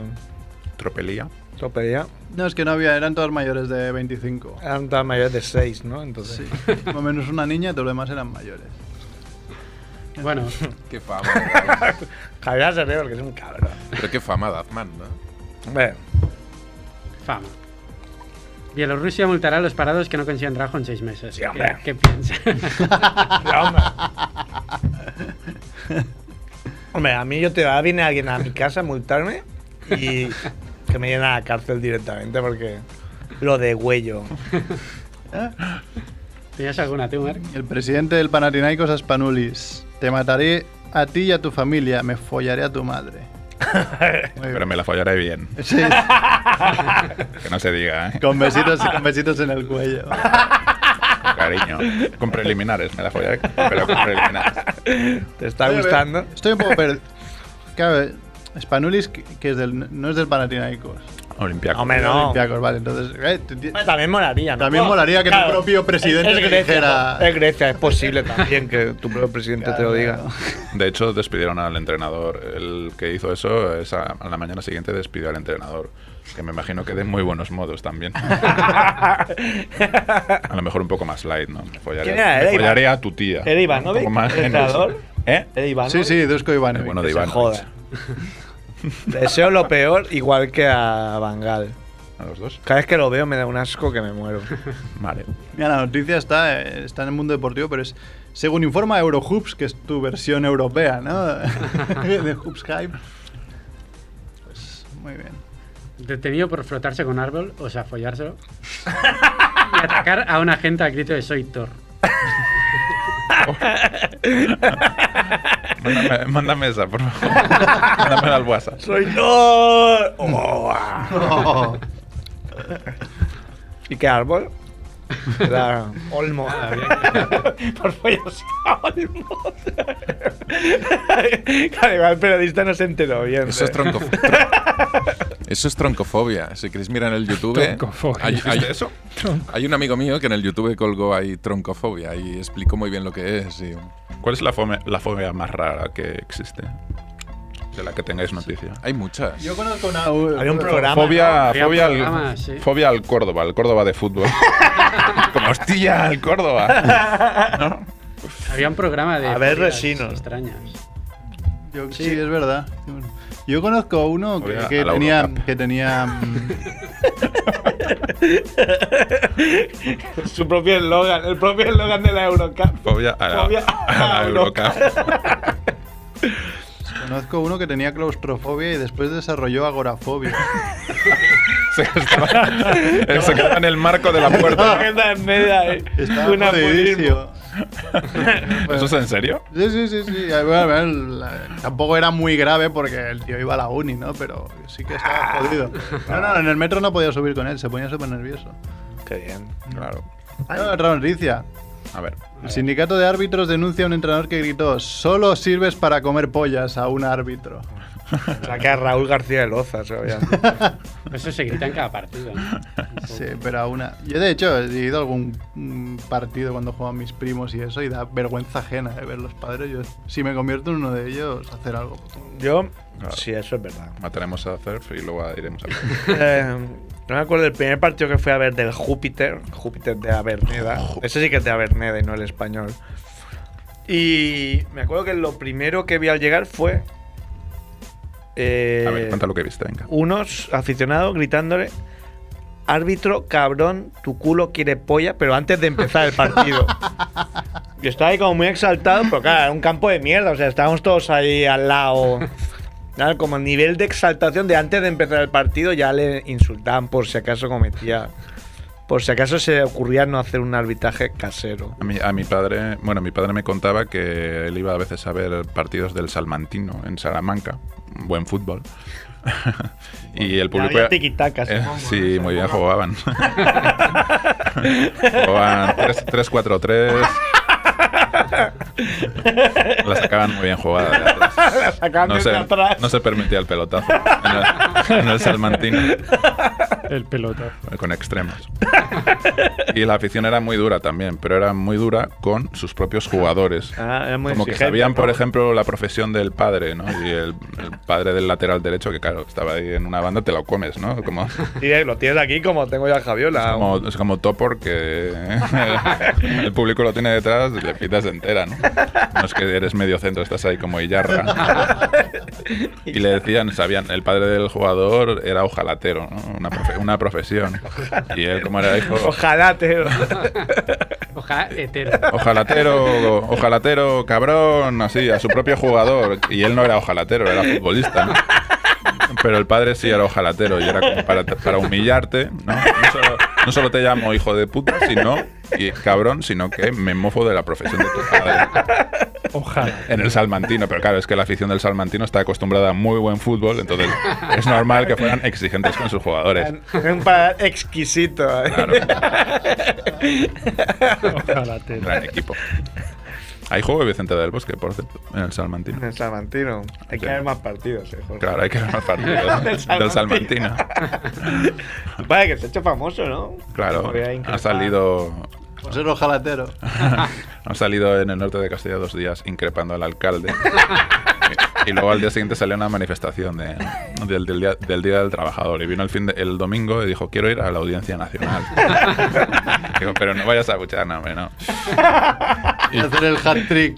Speaker 5: Tropelía.
Speaker 2: tropería?
Speaker 7: No, es que no había, eran todas mayores de 25.
Speaker 2: Eran todas mayores de 6, ¿no? Entonces. [laughs]
Speaker 7: Sí. Más o menos una niña, todos los demás eran mayores.
Speaker 4: Bueno,
Speaker 6: Qué fama. [laughs] ¿verdad?
Speaker 2: Javier Cerebro, que es un cabrón.
Speaker 6: Pero qué fama, Dazman, ¿no?
Speaker 2: Bueno,
Speaker 4: fama. Bielorrusia multará a los parados que no consigan trabajo en seis meses.
Speaker 2: Sí,
Speaker 4: ¿Qué-
Speaker 2: hombre.
Speaker 4: ¿Qué, piensas?
Speaker 7: [laughs]
Speaker 2: hombre, a mí yo te va, viene alguien a mi casa a multarme
Speaker 7: [laughs]
Speaker 2: y que me llena a la cárcel directamente porque lo de huello.
Speaker 4: [laughs] ¿Tenías alguna tú, Marc?
Speaker 7: El presidente del Panathinaikos Aspanulis. Te mataré a ti y a tu familia. Me follaré a tu
Speaker 2: [laughs]
Speaker 7: madre. Muy bien.
Speaker 5: Pero me la follaré bien.
Speaker 7: Sí,
Speaker 5: Que no se diga,
Speaker 6: [laughs]
Speaker 5: ¿eh?
Speaker 7: con besitos, con besitos en el cuello.
Speaker 5: Con cariño. Con preliminares, me la follaré, pero con preliminares.
Speaker 2: ¿Te está gustando?
Speaker 7: Estoy un poco perdido. Claro, Spanulis, que que es del, no es del Panathinaikos.
Speaker 5: Olimpiaco.
Speaker 2: Hombre, no.
Speaker 7: Olympiacos, vale. Entonces, eh, tú ti-
Speaker 2: Bueno, también molaría, ¿no?
Speaker 7: También molaría que tu propio presidente
Speaker 2: es
Speaker 7: te
Speaker 2: Grecia,
Speaker 7: dijera-
Speaker 2: ¿no? Es Grecia, es posible también que tu propio presidente te lo diga.
Speaker 5: De hecho, despidieron al entrenador. El que hizo eso, esa, a la mañana siguiente despidió al entrenador. Que me imagino que de muy buenos modos
Speaker 2: [laughs]
Speaker 5: también. A
Speaker 7: [laughs]
Speaker 5: lo mejor un poco más light, ¿no? Me follaré,
Speaker 2: ¿Quién era?
Speaker 5: me
Speaker 2: ¿Era Iván-
Speaker 5: follaré a tu tía.
Speaker 2: ¿Era Ivanovic,
Speaker 5: Un poco más
Speaker 2: el
Speaker 5: generoso.
Speaker 2: entrenador?
Speaker 5: ¿Eh?
Speaker 2: ¿Eh, Iván?
Speaker 7: Sí, sí, Dusko
Speaker 5: El
Speaker 7: Ivanovic.
Speaker 5: bueno de
Speaker 2: Se
Speaker 5: Iván.
Speaker 2: [laughs] joda. Deseo lo peor, igual que a Bangal.
Speaker 5: A los dos.
Speaker 2: Cada vez que lo veo me da un asco que me muero.
Speaker 5: Vale.
Speaker 7: Mira, la noticia está, eh, está en el mundo deportivo, pero es, según informa Eurohoops, que es tu versión europea, ¿no? [laughs] de Hoops Hype. Pues muy bien.
Speaker 4: Detenido por frotarse con un árbol, o sea,
Speaker 2: [laughs]
Speaker 4: follárselo. y atacar a un agente al grito de soy Thor.
Speaker 5: Mándame, mándame esa, por favor. Mándamela al WhatsApp.
Speaker 2: ¡Soy Thor! ¿Y qué árbol? Era [laughs] Olmo. Por follarse a Olmo. Claro, igual el periodista no se enteró bien.
Speaker 6: Eso es, troncof- tro- eso es troncofobia. Si queréis mirar en el YouTube,
Speaker 3: Troncofobia.
Speaker 6: hay, hay-
Speaker 5: eso?
Speaker 6: hay un amigo mío que en el YouTube colgó ahí troncofobia y explicó muy bien lo que es. y-
Speaker 5: ¿Cuál es la, fome- la fobia más rara que existe? De la que tengáis noticia.
Speaker 6: hay muchas.
Speaker 7: [laughs] Yo conozco una... Había
Speaker 2: un programa.
Speaker 5: Fobia,
Speaker 4: Había
Speaker 5: fobia,
Speaker 4: programa,
Speaker 5: al,
Speaker 4: sí.
Speaker 5: fobia al Córdoba, al Córdoba de
Speaker 2: [laughs]
Speaker 5: fútbol. Como hostilla al Córdoba. ¿No?
Speaker 4: Había un programa de.
Speaker 2: A ver,
Speaker 4: fobias
Speaker 2: resinos.
Speaker 4: Extrañas.
Speaker 7: Yo- sí, es verdad. Yo conozco uno que,
Speaker 5: Oiga,
Speaker 7: que
Speaker 5: a la
Speaker 7: tenía...
Speaker 5: Eurocup.
Speaker 7: Que tenía mm,
Speaker 2: Su propio eslogan, el propio eslogan de la Eurocup.
Speaker 5: Fobia a la,
Speaker 2: Fobia
Speaker 5: a la
Speaker 2: a la
Speaker 5: Eurocup. [laughs]
Speaker 7: conozco uno que tenía claustrofobia y después desarrolló [laughs] agorafobia.
Speaker 5: Se estaba- él se quedaba en el marco de la puerta.
Speaker 2: Agenda en media, eh.
Speaker 7: Estaba
Speaker 2: Un apurismo.
Speaker 7: jodidísimo.
Speaker 5: ¿Eso es en serio?
Speaker 7: Sí, sí, sí, sí. Eh, bueno, bueno, la- tampoco era muy grave porque el tío iba a la uni, ¿no? Pero sí que estaba jodido. No, no, en el metro no podía subir con él, se ponía súper nervioso.
Speaker 2: Qué bien.
Speaker 5: Claro.
Speaker 7: No, otra noticia.
Speaker 5: A ver.
Speaker 7: El sindicato de árbitros denuncia a un entrenador que gritó solo sirves para comer pollas a un árbitro.
Speaker 2: Saca a Raúl García de Loza, sabía.
Speaker 4: Pues Eso se grita en cada partido.
Speaker 2: [laughs]
Speaker 4: ¿no?
Speaker 7: Sí, pero a una... Yo de hecho he ido a algún mm, partido cuando juegan mis primos y eso y da vergüenza ajena de ver los padres. Yo, si me convierto en uno de ellos, hacer algo.
Speaker 2: Yo,
Speaker 5: Claro.
Speaker 2: sí, eso es verdad.
Speaker 5: Mataremos a Cerf y luego iremos a
Speaker 2: Eh, no me acuerdo del primer partido que fui a ver del Júpiter, Júpiter de Averneda. Ese sí que es de Averneda y no el español. Y me acuerdo que lo primero que vi al llegar fue. eh,
Speaker 5: A ver, cuenta lo que viste, venga.
Speaker 2: unos aficionados gritándole. Árbitro, cabrón, tu culo quiere polla, pero antes de empezar el partido. Yo estaba ahí como muy exaltado, pero claro, era un campo de mierda, o sea, estábamos todos ahí al lado. Claro, Como el nivel de exaltación de antes de empezar el partido ya le insultaban por si acaso cometía. Por si acaso se ocurría no hacer un arbitraje casero.
Speaker 5: A mi, a mi padre, bueno, mi padre me contaba que él iba a veces a ver partidos del Salmantino en Salamanca, buen fútbol. [laughs] y el público
Speaker 2: había tiquitacas,
Speaker 5: Eh,
Speaker 2: supongo,
Speaker 5: sí, muy bien
Speaker 2: [laughs]
Speaker 5: jugaban. jugaban 3-4-3. La sacaban muy bien jugada. de atrás.
Speaker 2: La sacaban
Speaker 5: No
Speaker 2: desde
Speaker 5: se,
Speaker 2: atrás.
Speaker 5: no se permitía el pelotazo en el, en el Salmantino.
Speaker 3: El pelota.
Speaker 5: con extremos. y la afición era muy dura también, pero era muy dura con sus propios jugadores.
Speaker 2: Ah, era muy
Speaker 5: Como que
Speaker 2: exigente,
Speaker 5: sabían, por
Speaker 2: ¿no?
Speaker 5: ejemplo, la profesión del padre, ¿no? Y el, el padre del lateral derecho, que claro, estaba ahí en una banda, te lo comes, ¿no? Como,
Speaker 2: Y eh, lo tienes aquí como tengo ya a Javiola.
Speaker 5: como, es como Topor, que [laughs] el público lo tiene detrás, le pitas entera, ¿no? No es que eres medio centro, estás ahí como Illarra. Y le decían, sabían, el padre del jugador era ojalatero, ¿no? Una, profe- una profesión. Y él, como era hijo.
Speaker 2: Ojalá te.
Speaker 5: [laughs]
Speaker 4: Ojalá hetero.
Speaker 5: Ojalatero, ojalatero, cabrón, así, a su propio jugador. Y él no era ojalatero, era futbolista, ¿no? Pero el padre sí era ojalatero y era como para, para humillarte, ¿no? No solo, no solo te llamo hijo de puta, sino y cabrón, sino que me mofo de la profesión de tu padre
Speaker 3: Ojalá.
Speaker 5: en el Salmantino. Pero claro, es que la afición del Salmantino está acostumbrada a muy buen fútbol, entonces es normal que fueran exigentes con sus jugadores.
Speaker 2: Es un paladar exquisito.
Speaker 5: Claro.
Speaker 3: Ojalá te.
Speaker 5: Gran equipo. Hay juego de Vicente del Bosque, por cierto, en el Salmantino.
Speaker 2: En el Salmantino. Hay que
Speaker 5: Sí.
Speaker 2: haber más partidos, eh, Jorge.
Speaker 5: Claro, hay que ver más
Speaker 2: [laughs]
Speaker 5: partidos
Speaker 2: Del
Speaker 5: del
Speaker 2: Salmantino.
Speaker 5: Salmantino.
Speaker 2: Vaya, que se ha hecho famoso, ¿no?
Speaker 5: Claro,
Speaker 2: Podría increpar.
Speaker 5: ha salido,
Speaker 7: Por ser ojalatero.
Speaker 5: ha salido en el norte de Castilla dos días increpando al
Speaker 2: [laughs]
Speaker 5: alcalde. Y- Y luego al día siguiente salió una manifestación de- del, del día, del Día del Trabajador. Y vino el, fin de- el domingo y dijo, quiero ir a la Audiencia
Speaker 2: [laughs]
Speaker 5: Nacional. Digo, pero no vayas a buchar, no, hombre, no.
Speaker 7: Y hacer el hat trick.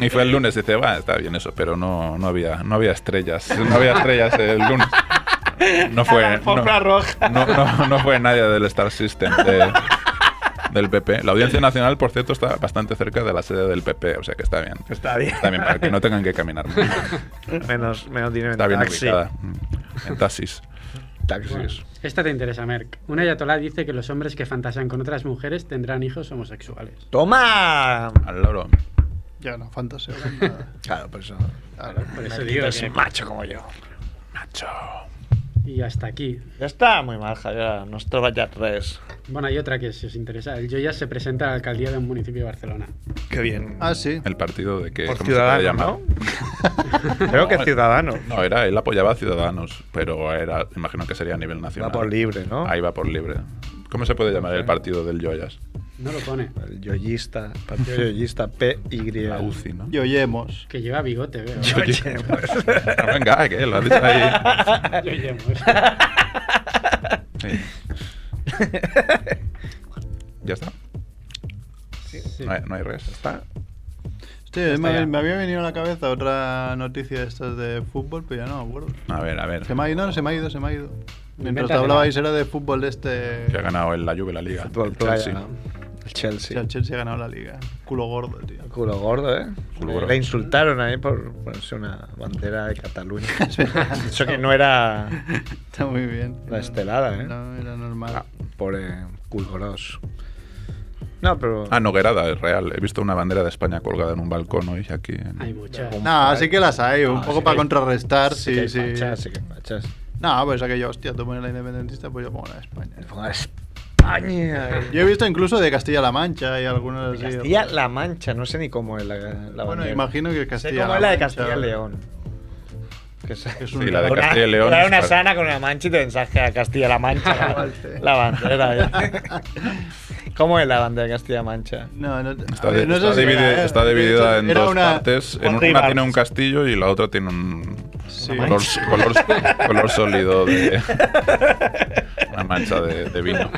Speaker 5: Y fue el lunes y dice, va, está bien eso, pero no, no, había, no había estrellas. No había estrellas el lunes. No fue,
Speaker 2: La alfombra
Speaker 5: no-
Speaker 2: roja.
Speaker 5: No, no, no fue nadie del Star System de- del PP. La Audiencia Nacional, por cierto, está bastante cerca de la sede del PP, o sea que está bien.
Speaker 2: Está bien.
Speaker 5: Está bien, para que no tengan que caminar. mucho.
Speaker 2: Menos, menos dinero en
Speaker 5: Está bien
Speaker 2: taxi.
Speaker 5: ubicada. Mm. En taxis. Taxis.
Speaker 4: Esta te interesa, Merck. Una ayatolá dice que los hombres que fantasean con otras mujeres tendrán hijos homosexuales.
Speaker 2: ¡Toma!
Speaker 5: Al loro.
Speaker 7: Ya no, fantaseo. con nada.
Speaker 2: Claro, pues eso.
Speaker 7: Claro.
Speaker 4: Por eso digo
Speaker 2: Es
Speaker 4: que-
Speaker 2: un macho como yo.
Speaker 5: Macho.
Speaker 4: Y hasta aquí.
Speaker 2: Ya está muy mal, Javier. No estaba ya tres.
Speaker 4: Bueno, hay otra que si os interesa. El Joyas se presenta a la alcaldía de un municipio de Barcelona.
Speaker 2: Qué bien.
Speaker 7: Ah, sí.
Speaker 5: El partido de que.
Speaker 2: Por
Speaker 5: ¿cómo se puede
Speaker 2: Ciudadanos,
Speaker 5: llamar?
Speaker 2: ¿no? Creo que
Speaker 5: [laughs]
Speaker 2: Ciudadanos.
Speaker 5: No, era, él apoyaba a Ciudadanos, pero era, imagino que sería a nivel
Speaker 2: Va
Speaker 5: nacional.
Speaker 2: por libre, ¿no?
Speaker 5: Ahí va por libre. ¿Cómo se puede llamar el partido del Joyas?
Speaker 4: No lo pone.
Speaker 2: El yoyista. Partido yoyista PY.
Speaker 5: La UCI, ¿no? [laughs]
Speaker 7: Y oyemos.
Speaker 4: Que lleva bigote, veo.
Speaker 5: Ah, venga, que lo has dicho ahí.
Speaker 4: [laughs] Joyemos.
Speaker 7: [laughs]
Speaker 5: Sí. Ya está.
Speaker 4: Sí.
Speaker 5: No hay, no hay res. Está.
Speaker 7: Sí, me, me había venido a la cabeza otra noticia de estas de fútbol, pero ya no me acuerdo.
Speaker 5: A ver, a ver.
Speaker 7: Se me ha ido, no, se me ha ido, se me ha ido. Mientras
Speaker 4: Invéntatela.
Speaker 7: hablabais era de fútbol de este...
Speaker 5: Que ha ganado el, la Juve la Liga.
Speaker 2: Fútbol
Speaker 5: El
Speaker 2: playa,
Speaker 5: Chelsea.
Speaker 2: ¿no? El
Speaker 7: Sí,
Speaker 2: Chelsea.
Speaker 7: el Chelsea ha ganado la liga. Culo gordo,
Speaker 2: [laughs]
Speaker 7: tío.
Speaker 2: Culo gordo, ¿eh?
Speaker 5: Culo gordo.
Speaker 2: Le insultaron ahí por ponerse una bandera
Speaker 7: [laughs]
Speaker 2: de Cataluña. Eso que no era
Speaker 7: Está muy bien.
Speaker 2: la estelada, ¿eh?
Speaker 7: No, era normal.
Speaker 2: Ah, pobre culgorós. No, pero...
Speaker 5: Ah, Noguerada, es real. He visto una bandera de España colgada en un balcón hoy aquí. en-
Speaker 4: Hay muchas.
Speaker 7: No, así que las hay, un poco
Speaker 2: Ah, sí
Speaker 7: para
Speaker 2: que-
Speaker 7: contrarrestar,
Speaker 2: que
Speaker 7: sí,
Speaker 2: hay
Speaker 7: sí.
Speaker 2: fachas, sí que hay fachas.
Speaker 7: No, pues aquello, hostia, tú pones la independentista, pues yo pongo la de España.
Speaker 2: Ponga España.
Speaker 7: Yo he visto incluso de Castilla-La Mancha y algunos así.
Speaker 2: Castilla-La Mancha, no sé ni cómo es la, la
Speaker 7: Bueno,
Speaker 2: bandera.
Speaker 7: imagino que
Speaker 2: Sé
Speaker 7: Castilla-La
Speaker 2: cómo es la de
Speaker 7: Mancha-
Speaker 2: Castilla-León. Que es,
Speaker 7: que es
Speaker 5: Sí,
Speaker 7: un-
Speaker 5: la de
Speaker 2: una-
Speaker 5: Castilla y León.
Speaker 2: trae
Speaker 5: es
Speaker 2: una
Speaker 5: para-
Speaker 2: sana con una mancha y te mensaje a Castilla-La Mancha la,
Speaker 7: Igual, sí.
Speaker 2: la bandera. ¿eh?
Speaker 7: [laughs]
Speaker 2: ¿Cómo es la bandera de Castilla-La Mancha?
Speaker 7: No, no, a
Speaker 5: Está,
Speaker 7: ver,
Speaker 5: di-
Speaker 7: no sé
Speaker 5: está
Speaker 7: si-
Speaker 5: dividi-
Speaker 7: era-
Speaker 5: está
Speaker 7: de hecho,
Speaker 5: dividida en
Speaker 7: era
Speaker 5: dos
Speaker 7: una-
Speaker 5: partes. En
Speaker 2: Juan
Speaker 5: una
Speaker 2: Rivas.
Speaker 5: tiene un castillo y la otra tiene un
Speaker 7: Sí.
Speaker 5: color, color,
Speaker 7: [laughs]
Speaker 5: color sólido de una mancha de, de
Speaker 7: [laughs]
Speaker 5: vino.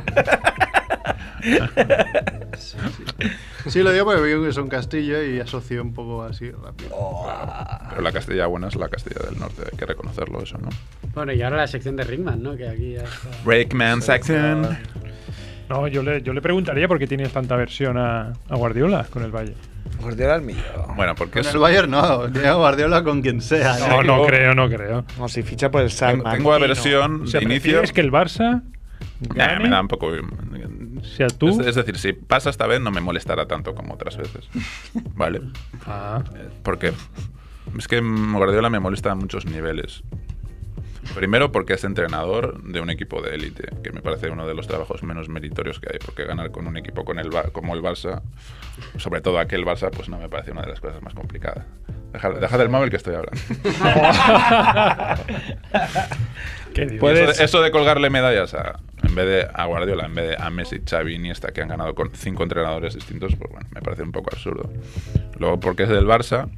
Speaker 7: Sí, lo digo porque veo que es un castillo y asoció un poco así rápido.
Speaker 5: Oh, Pero la Castilla buena es la Castilla del Norte, hay que reconocerlo eso, ¿no?
Speaker 4: Bueno, y ahora la sección de Ringman, ¿no? Que aquí ya está.
Speaker 5: Breakman Saxon.
Speaker 3: No, yo le, yo le preguntaría por qué tienes tanta versión a, a Guardiola con el Valle.
Speaker 2: Guardiola al millón.
Speaker 5: Bueno, porque
Speaker 7: Con
Speaker 5: es...
Speaker 7: el Bayern no, Diego Guardiola con quien sea. ¿eh?
Speaker 3: No, no creo, no creo.
Speaker 2: No, si ficha por el
Speaker 5: Tengo,
Speaker 2: Salma.
Speaker 5: tengo aversión
Speaker 3: O sea,
Speaker 5: de inicio.
Speaker 3: ¿prefieres que el Barça
Speaker 5: Nah,
Speaker 3: gane?
Speaker 5: me da un poco.
Speaker 3: sea, tú-
Speaker 5: Es, es decir, si pasa esta vez no me molestará tanto como otras
Speaker 7: [laughs]
Speaker 5: veces. ¿Vale?
Speaker 3: Ah, [laughs]
Speaker 5: Porque es que mm, Guardiola me molesta a muchos niveles. Primero porque es entrenador de un equipo de élite, que me parece uno de los trabajos menos meritorios que hay, porque ganar con un equipo con el Bar- como el Barça, sobre todo aquel Barça, pues no me parece una de las cosas más complicadas. Deja, deja del móvil que estoy hablando. Eso de, eso de colgarle medallas a, en vez de a Guardiola, en vez de a Messi, Xavi, Iniesta, que han ganado con cinco entrenadores distintos, pues bueno, me parece un poco absurdo. Luego, porque es del Barça,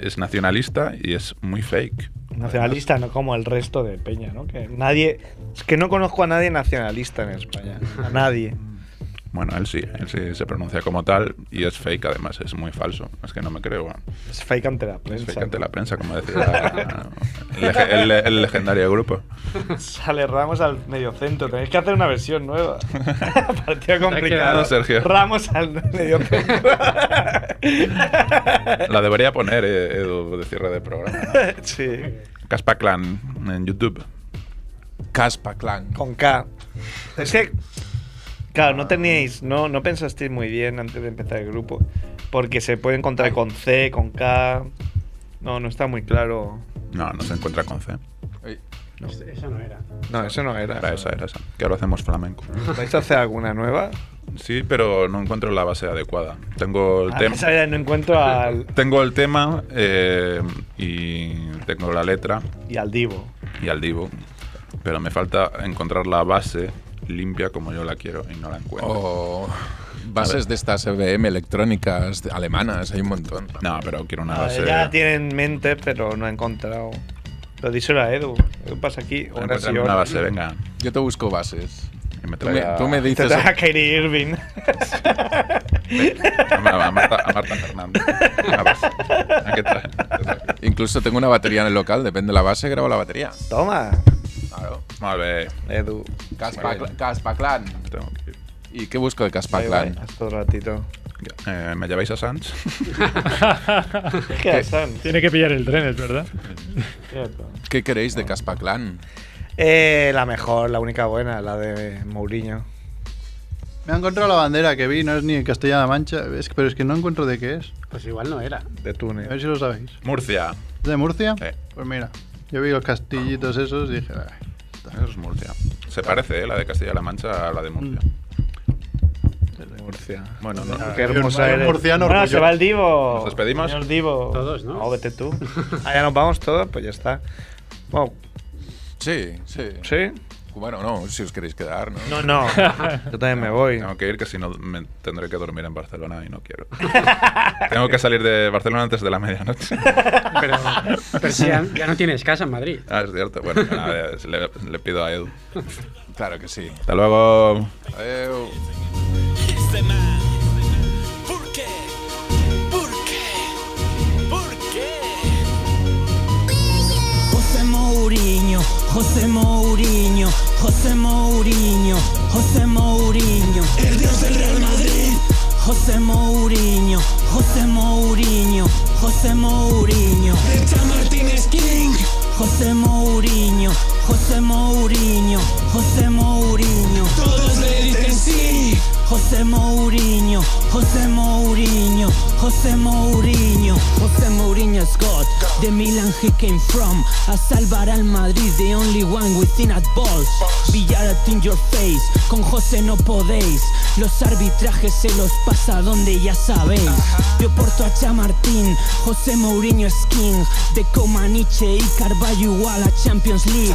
Speaker 5: es nacionalista y es muy fake.
Speaker 2: Nacionalista, no como el resto de Peña, ¿no? Que nadie. Es que no conozco a nadie nacionalista en España. A nadie.
Speaker 5: Bueno, él sí, él sí se pronuncia como tal y es fake además, es muy falso. Es que no me creo. bueno,
Speaker 2: Es fake ante la
Speaker 5: es
Speaker 2: prensa.
Speaker 5: fake ante la prensa, como decía el, lege- el- el legendario grupo.
Speaker 2: Sale Ramos al mediocentro. Tenéis que hacer una
Speaker 5: [laughs]
Speaker 2: versión nueva. Partido complicado.
Speaker 5: quedado, Sergio.
Speaker 2: Ramos al mediocentro.
Speaker 5: La debería poner, eh, Edu, de cierre de programa.
Speaker 2: [laughs] sí.
Speaker 5: Caspa Clan en YouTube.
Speaker 6: Caspa Clan.
Speaker 2: Con K. Es que. Claro, no teníais. No, no pensasteis muy bien antes de empezar el grupo. Porque se puede encontrar con C, con K. No, no está muy claro.
Speaker 5: No, no se encuentra con C.
Speaker 4: Eso no era.
Speaker 2: No, eso no era.
Speaker 5: Era esa, era esa. Que ahora hacemos flamenco.
Speaker 2: ¿Vais a hacer alguna nueva?
Speaker 5: Sí, pero no encuentro la base adecuada. Tengo el,
Speaker 2: Ah,
Speaker 5: tema
Speaker 2: esa ya no encuentro al.
Speaker 5: tengo el tema eh, y tengo la letra
Speaker 2: Y al Divo.
Speaker 5: y al divo, pero me falta encontrar la base limpia como yo la quiero y no la encuentro.
Speaker 2: Oh.
Speaker 6: O bases de estas EBM electrónicas de- alemanas, hay un montón.
Speaker 5: No, pero quiero una
Speaker 2: Ah,
Speaker 5: base.
Speaker 2: ya la tiene en mente, pero no ha encontrado. Lo díselo a Edu. Edu pasa aquí. Horas y
Speaker 5: encuéntrame una
Speaker 2: horas.
Speaker 5: base, venga.
Speaker 6: Yo te busco bases.
Speaker 5: Y me
Speaker 6: Tú me,
Speaker 5: traiga-
Speaker 6: tú me
Speaker 2: Te
Speaker 6: dices.
Speaker 2: traes a Kyrie Irving.
Speaker 5: a Ma- a Marta, a Marta Fernández. Una base.
Speaker 2: [laughs]
Speaker 5: ¿A qué trae?
Speaker 6: Incluso tengo una batería en el local, depende de la base, grabo la batería.
Speaker 2: Toma,
Speaker 6: Claro.
Speaker 5: Molt bé.
Speaker 2: Edu.
Speaker 6: Caspa,
Speaker 5: Vale.
Speaker 6: Caspa Clan.
Speaker 5: Tengo que ir.
Speaker 6: ¿Y qué busco de Caspa
Speaker 2: Ahí va,
Speaker 6: Clan?
Speaker 2: Hasta otro ratito.
Speaker 5: Eh, ¿Me lleváis a Sanz? [laughs]
Speaker 2: ¿Qué hacen?
Speaker 3: Tiene que pillar el tren, es verdad.
Speaker 2: Cierto.
Speaker 6: ¿Qué queréis de Caspa Clan?
Speaker 2: Eh, la mejor, la única buena, la de Mourinho.
Speaker 7: Me han encontrado la bandera que vi, no es ni en Castilla-La Mancha, es que- pero es que no encuentro de qué es.
Speaker 4: Pues igual no era.
Speaker 2: De
Speaker 7: A
Speaker 2: Túnez.
Speaker 7: ver si lo sabéis.
Speaker 5: Murcia.
Speaker 7: ¿Es ¿De Murcia?
Speaker 5: Eh.
Speaker 7: Pues mira, yo vi los castillitos esos y dije, "Ah,
Speaker 5: Eso es Murcia. Se parece, ¿eh? La de Castilla-La Mancha a la de Murcia.
Speaker 2: Murcia.
Speaker 5: Bueno, no.
Speaker 2: Qué hermosa
Speaker 7: hermano
Speaker 2: eres.
Speaker 7: murciano
Speaker 2: Bueno,
Speaker 7: orgulloso.
Speaker 2: se va el Divo.
Speaker 5: ¿Nos despedimos?
Speaker 2: Señor Divo.
Speaker 4: Todos, ¿no?
Speaker 2: No, vete tú. Ah, ya nos vamos todos, pues ya está. Bueno,
Speaker 6: Sí, sí.
Speaker 2: ¿sí?
Speaker 6: Bueno, no, si os queréis quedar, ¿no?
Speaker 2: No, no. [laughs] Yo también me voy.
Speaker 5: Tengo que ir, que si no me tendré que dormir en Barcelona y no quiero. [laughs] Tengo que salir de Barcelona antes de la medianoche. [laughs]
Speaker 4: Pero, pero si ya, ya no tienes casa en Madrid.
Speaker 5: Ah, es cierto. Bueno, nada, es- le, le pido a Edu.
Speaker 6: Claro que sí.
Speaker 5: Hasta luego.
Speaker 6: Adeu.
Speaker 1: ¿Por qué? ¿Por qué? ¿Por qué?
Speaker 12: José Mourinho, José Mourinho, José Mourinho, José Mourinho. El dios del Real Madrid. José Mourinho, José Mourinho, José Mourinho. Richa Martínez King. José Mourinho, José Mourinho, José Mourinho. Todos le dicen sí. José Mourinho, José Mourinho, José Mourinho. José Mourinho is God. The Milan he came from. A salvar al Madrid, the only one within at balls. Villar at in your face. Con José no podéis. Los arbitrajes se los pasa donde ya sabéis. Yo porto a Chamartín, José Mourinho es king. De Comaniche y Carballo igual a Champions League.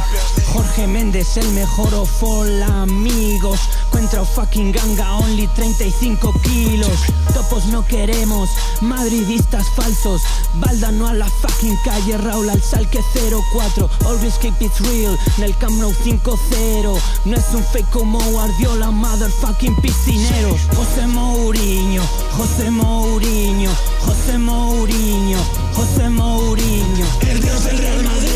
Speaker 12: Jorge Méndez, el mejor of all amigos. Contra o fucking ganga, only 35 kilos. Topos no queremos, madridistas falsos. Balda no a la fucking calle, Raúl al salque 04. Always keep it real, en el Camp Nou 5-0. No es un fake como Guardiola, motherfucking piscinero. José Mourinho, José Mourinho, José Mourinho, José Mourinho. El dios del Real Madrid.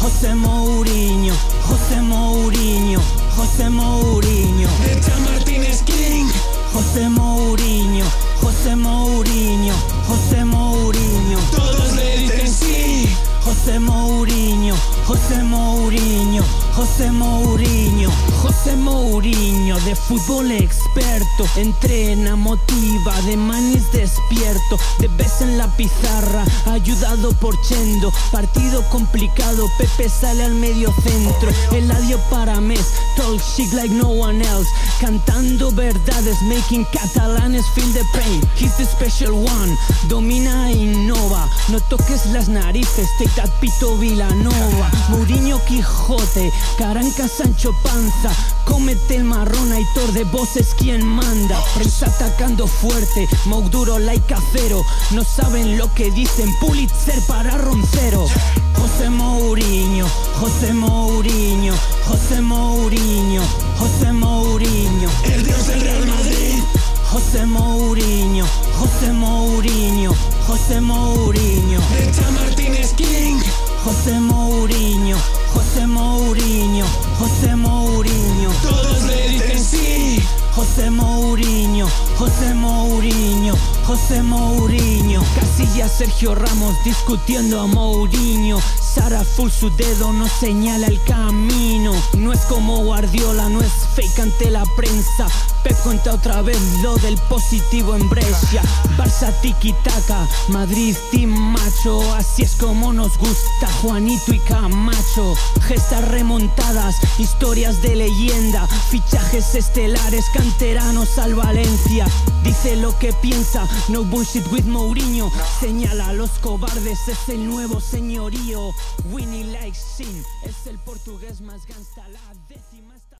Speaker 12: José Mourinho, José Mourinho, José Mourinho. Richa Martínez King. José Mourinho, José Mourinho, José Mourinho. Todos le dicen sí. José Mourinho, José Mourinho, José Mourinho, José Mourinho, de fútbol experto. Entrena, motiva, de manis despierto. De vez en la pizarra, ayudado por Chendo. Partido complicado, Pepe sale al medio centro. Eladio para mes, talk shit like no one else. Cantando verdades, making catalanes feel the pain. He's the special one, domina e innova. No toques las narices, take that pito Vilanova. Mourinho Quijote, Caranca Sancho Panza. Cómete el marrón, Aitor de voces quien manda. Prensa atacando fuerte, Mouk duro like acero. No saben lo que dicen, Pulitzer para Roncero. José Mourinho, José Mourinho, José Mourinho, José Mourinho. El dios del Real Madrid. José Mourinho, José Mourinho, José Mourinho. Delta Martínez King. José Mourinho, José Mourinho, José Mourinho. Todos le dicen sí. José Mourinho, José Mourinho, José Mourinho. Casilla Sergio Ramos discutiendo a Mourinho. Sara Full su dedo no señala el camino. No es como Guardiola, no es fake ante la prensa. Pep cuenta otra vez lo del positivo en Brescia. Barça tiki taka, Madrid team macho. Así es como nos gusta Juanito y Camacho. Gestas remontadas, historias de leyenda, fichajes estelares, canteranos al Valencia. Dice lo que piensa, no bullshit with Mourinho. Señala a los cobardes, es el nuevo señorío. Winnie likes sin, es el portugués más gangsta, la décima.